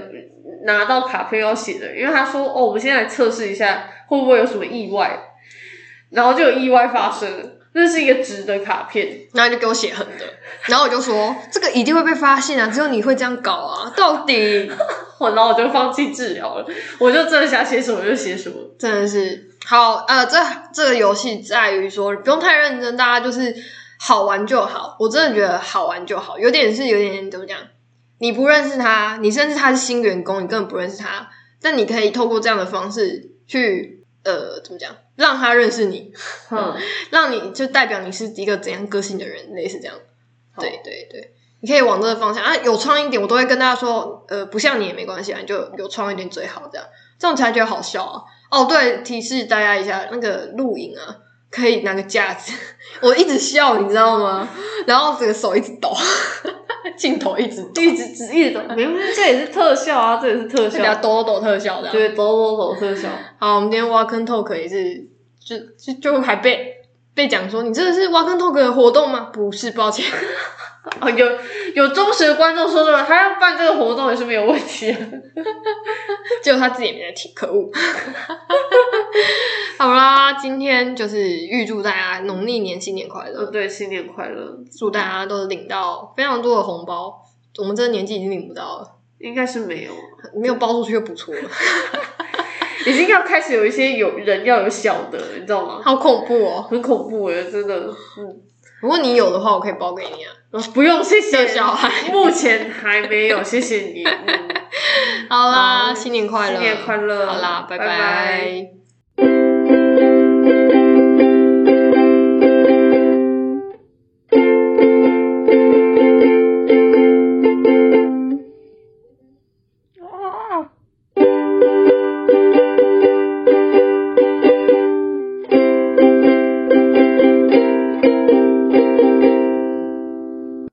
Speaker 2: 拿到卡片要写的，因为他说哦，我们现在来测试一下会不会有什么意外，然后就有意外发生了，那是一个直的卡片， *laughs*
Speaker 1: 然后就给我写横的，然后我就说这个一定会被发现啊，只有你会这样搞啊，到底
Speaker 2: 我然后我就放弃治疗了， *laughs* 我就真的想写什么就写什么，
Speaker 1: 真的是好呃，这这个游戏在于说不用太认真，大家就是好玩就好。我真的觉得好玩就好，有点是有点怎么讲，你不认识他，你甚至他是新员工，你根本不认识他，但你可以透过这样的方式去呃怎么讲，让他认识你，
Speaker 2: 哼，
Speaker 1: 让你就代表你是一个怎样个性的人，类似这样。
Speaker 2: 好
Speaker 1: *laughs*
Speaker 2: *laughs*
Speaker 1: 对对对，你可以往这个方向啊，有创意一点，我都会跟大家说，呃，不像你也没关系啊，你就有创意一点最好，这样这种才觉得好笑啊。哦，对，提示大家一下，那个录影啊，可以拿个架子， *laughs* 我一直笑，你知道吗？然后整个手一直抖， *laughs* 镜头一直抖，
Speaker 2: 一直直一直抖，没有，这也是特效啊，这也是特
Speaker 1: 就给它
Speaker 2: 效，
Speaker 1: 抖抖抖特效的。
Speaker 2: 对，抖抖抖特效，
Speaker 1: 好，我们今天挖坑 talk 也是，就就就还被被讲说你这个是挖坑 talk 的活动吗？不是，抱歉。
Speaker 2: 啊，有有忠实的观众说的，他要办这个活动也是没有问 *laughs* 题、啊。
Speaker 1: 结果他自己也没在听，可恶。 *laughs* 好啦，今天就是预祝大家农历年新年快
Speaker 2: 呃，
Speaker 1: 乐，
Speaker 2: 对，新年快乐，
Speaker 1: 祝大家都领到非常多的红包。我们这个年纪已经领不到了，
Speaker 2: 应该是没有，
Speaker 1: 没有包出去就不错了， *laughs*
Speaker 2: 已经要开始有一些有人要有小的，你知道吗？
Speaker 1: 好恐怖哦！
Speaker 2: 很恐怖哎，真的，嗯，哦
Speaker 1: 如果你有的话，我可以包给你啊。
Speaker 2: 不用谢
Speaker 1: 这
Speaker 2: 谢
Speaker 1: 小孩，
Speaker 2: *laughs* 目前还没有，谢谢你，嗯、
Speaker 1: 好啦，
Speaker 2: 好
Speaker 1: 新年快乐，
Speaker 2: 新年快乐，
Speaker 1: 好啦，拜
Speaker 2: 拜拜
Speaker 1: 拜
Speaker 2: 啊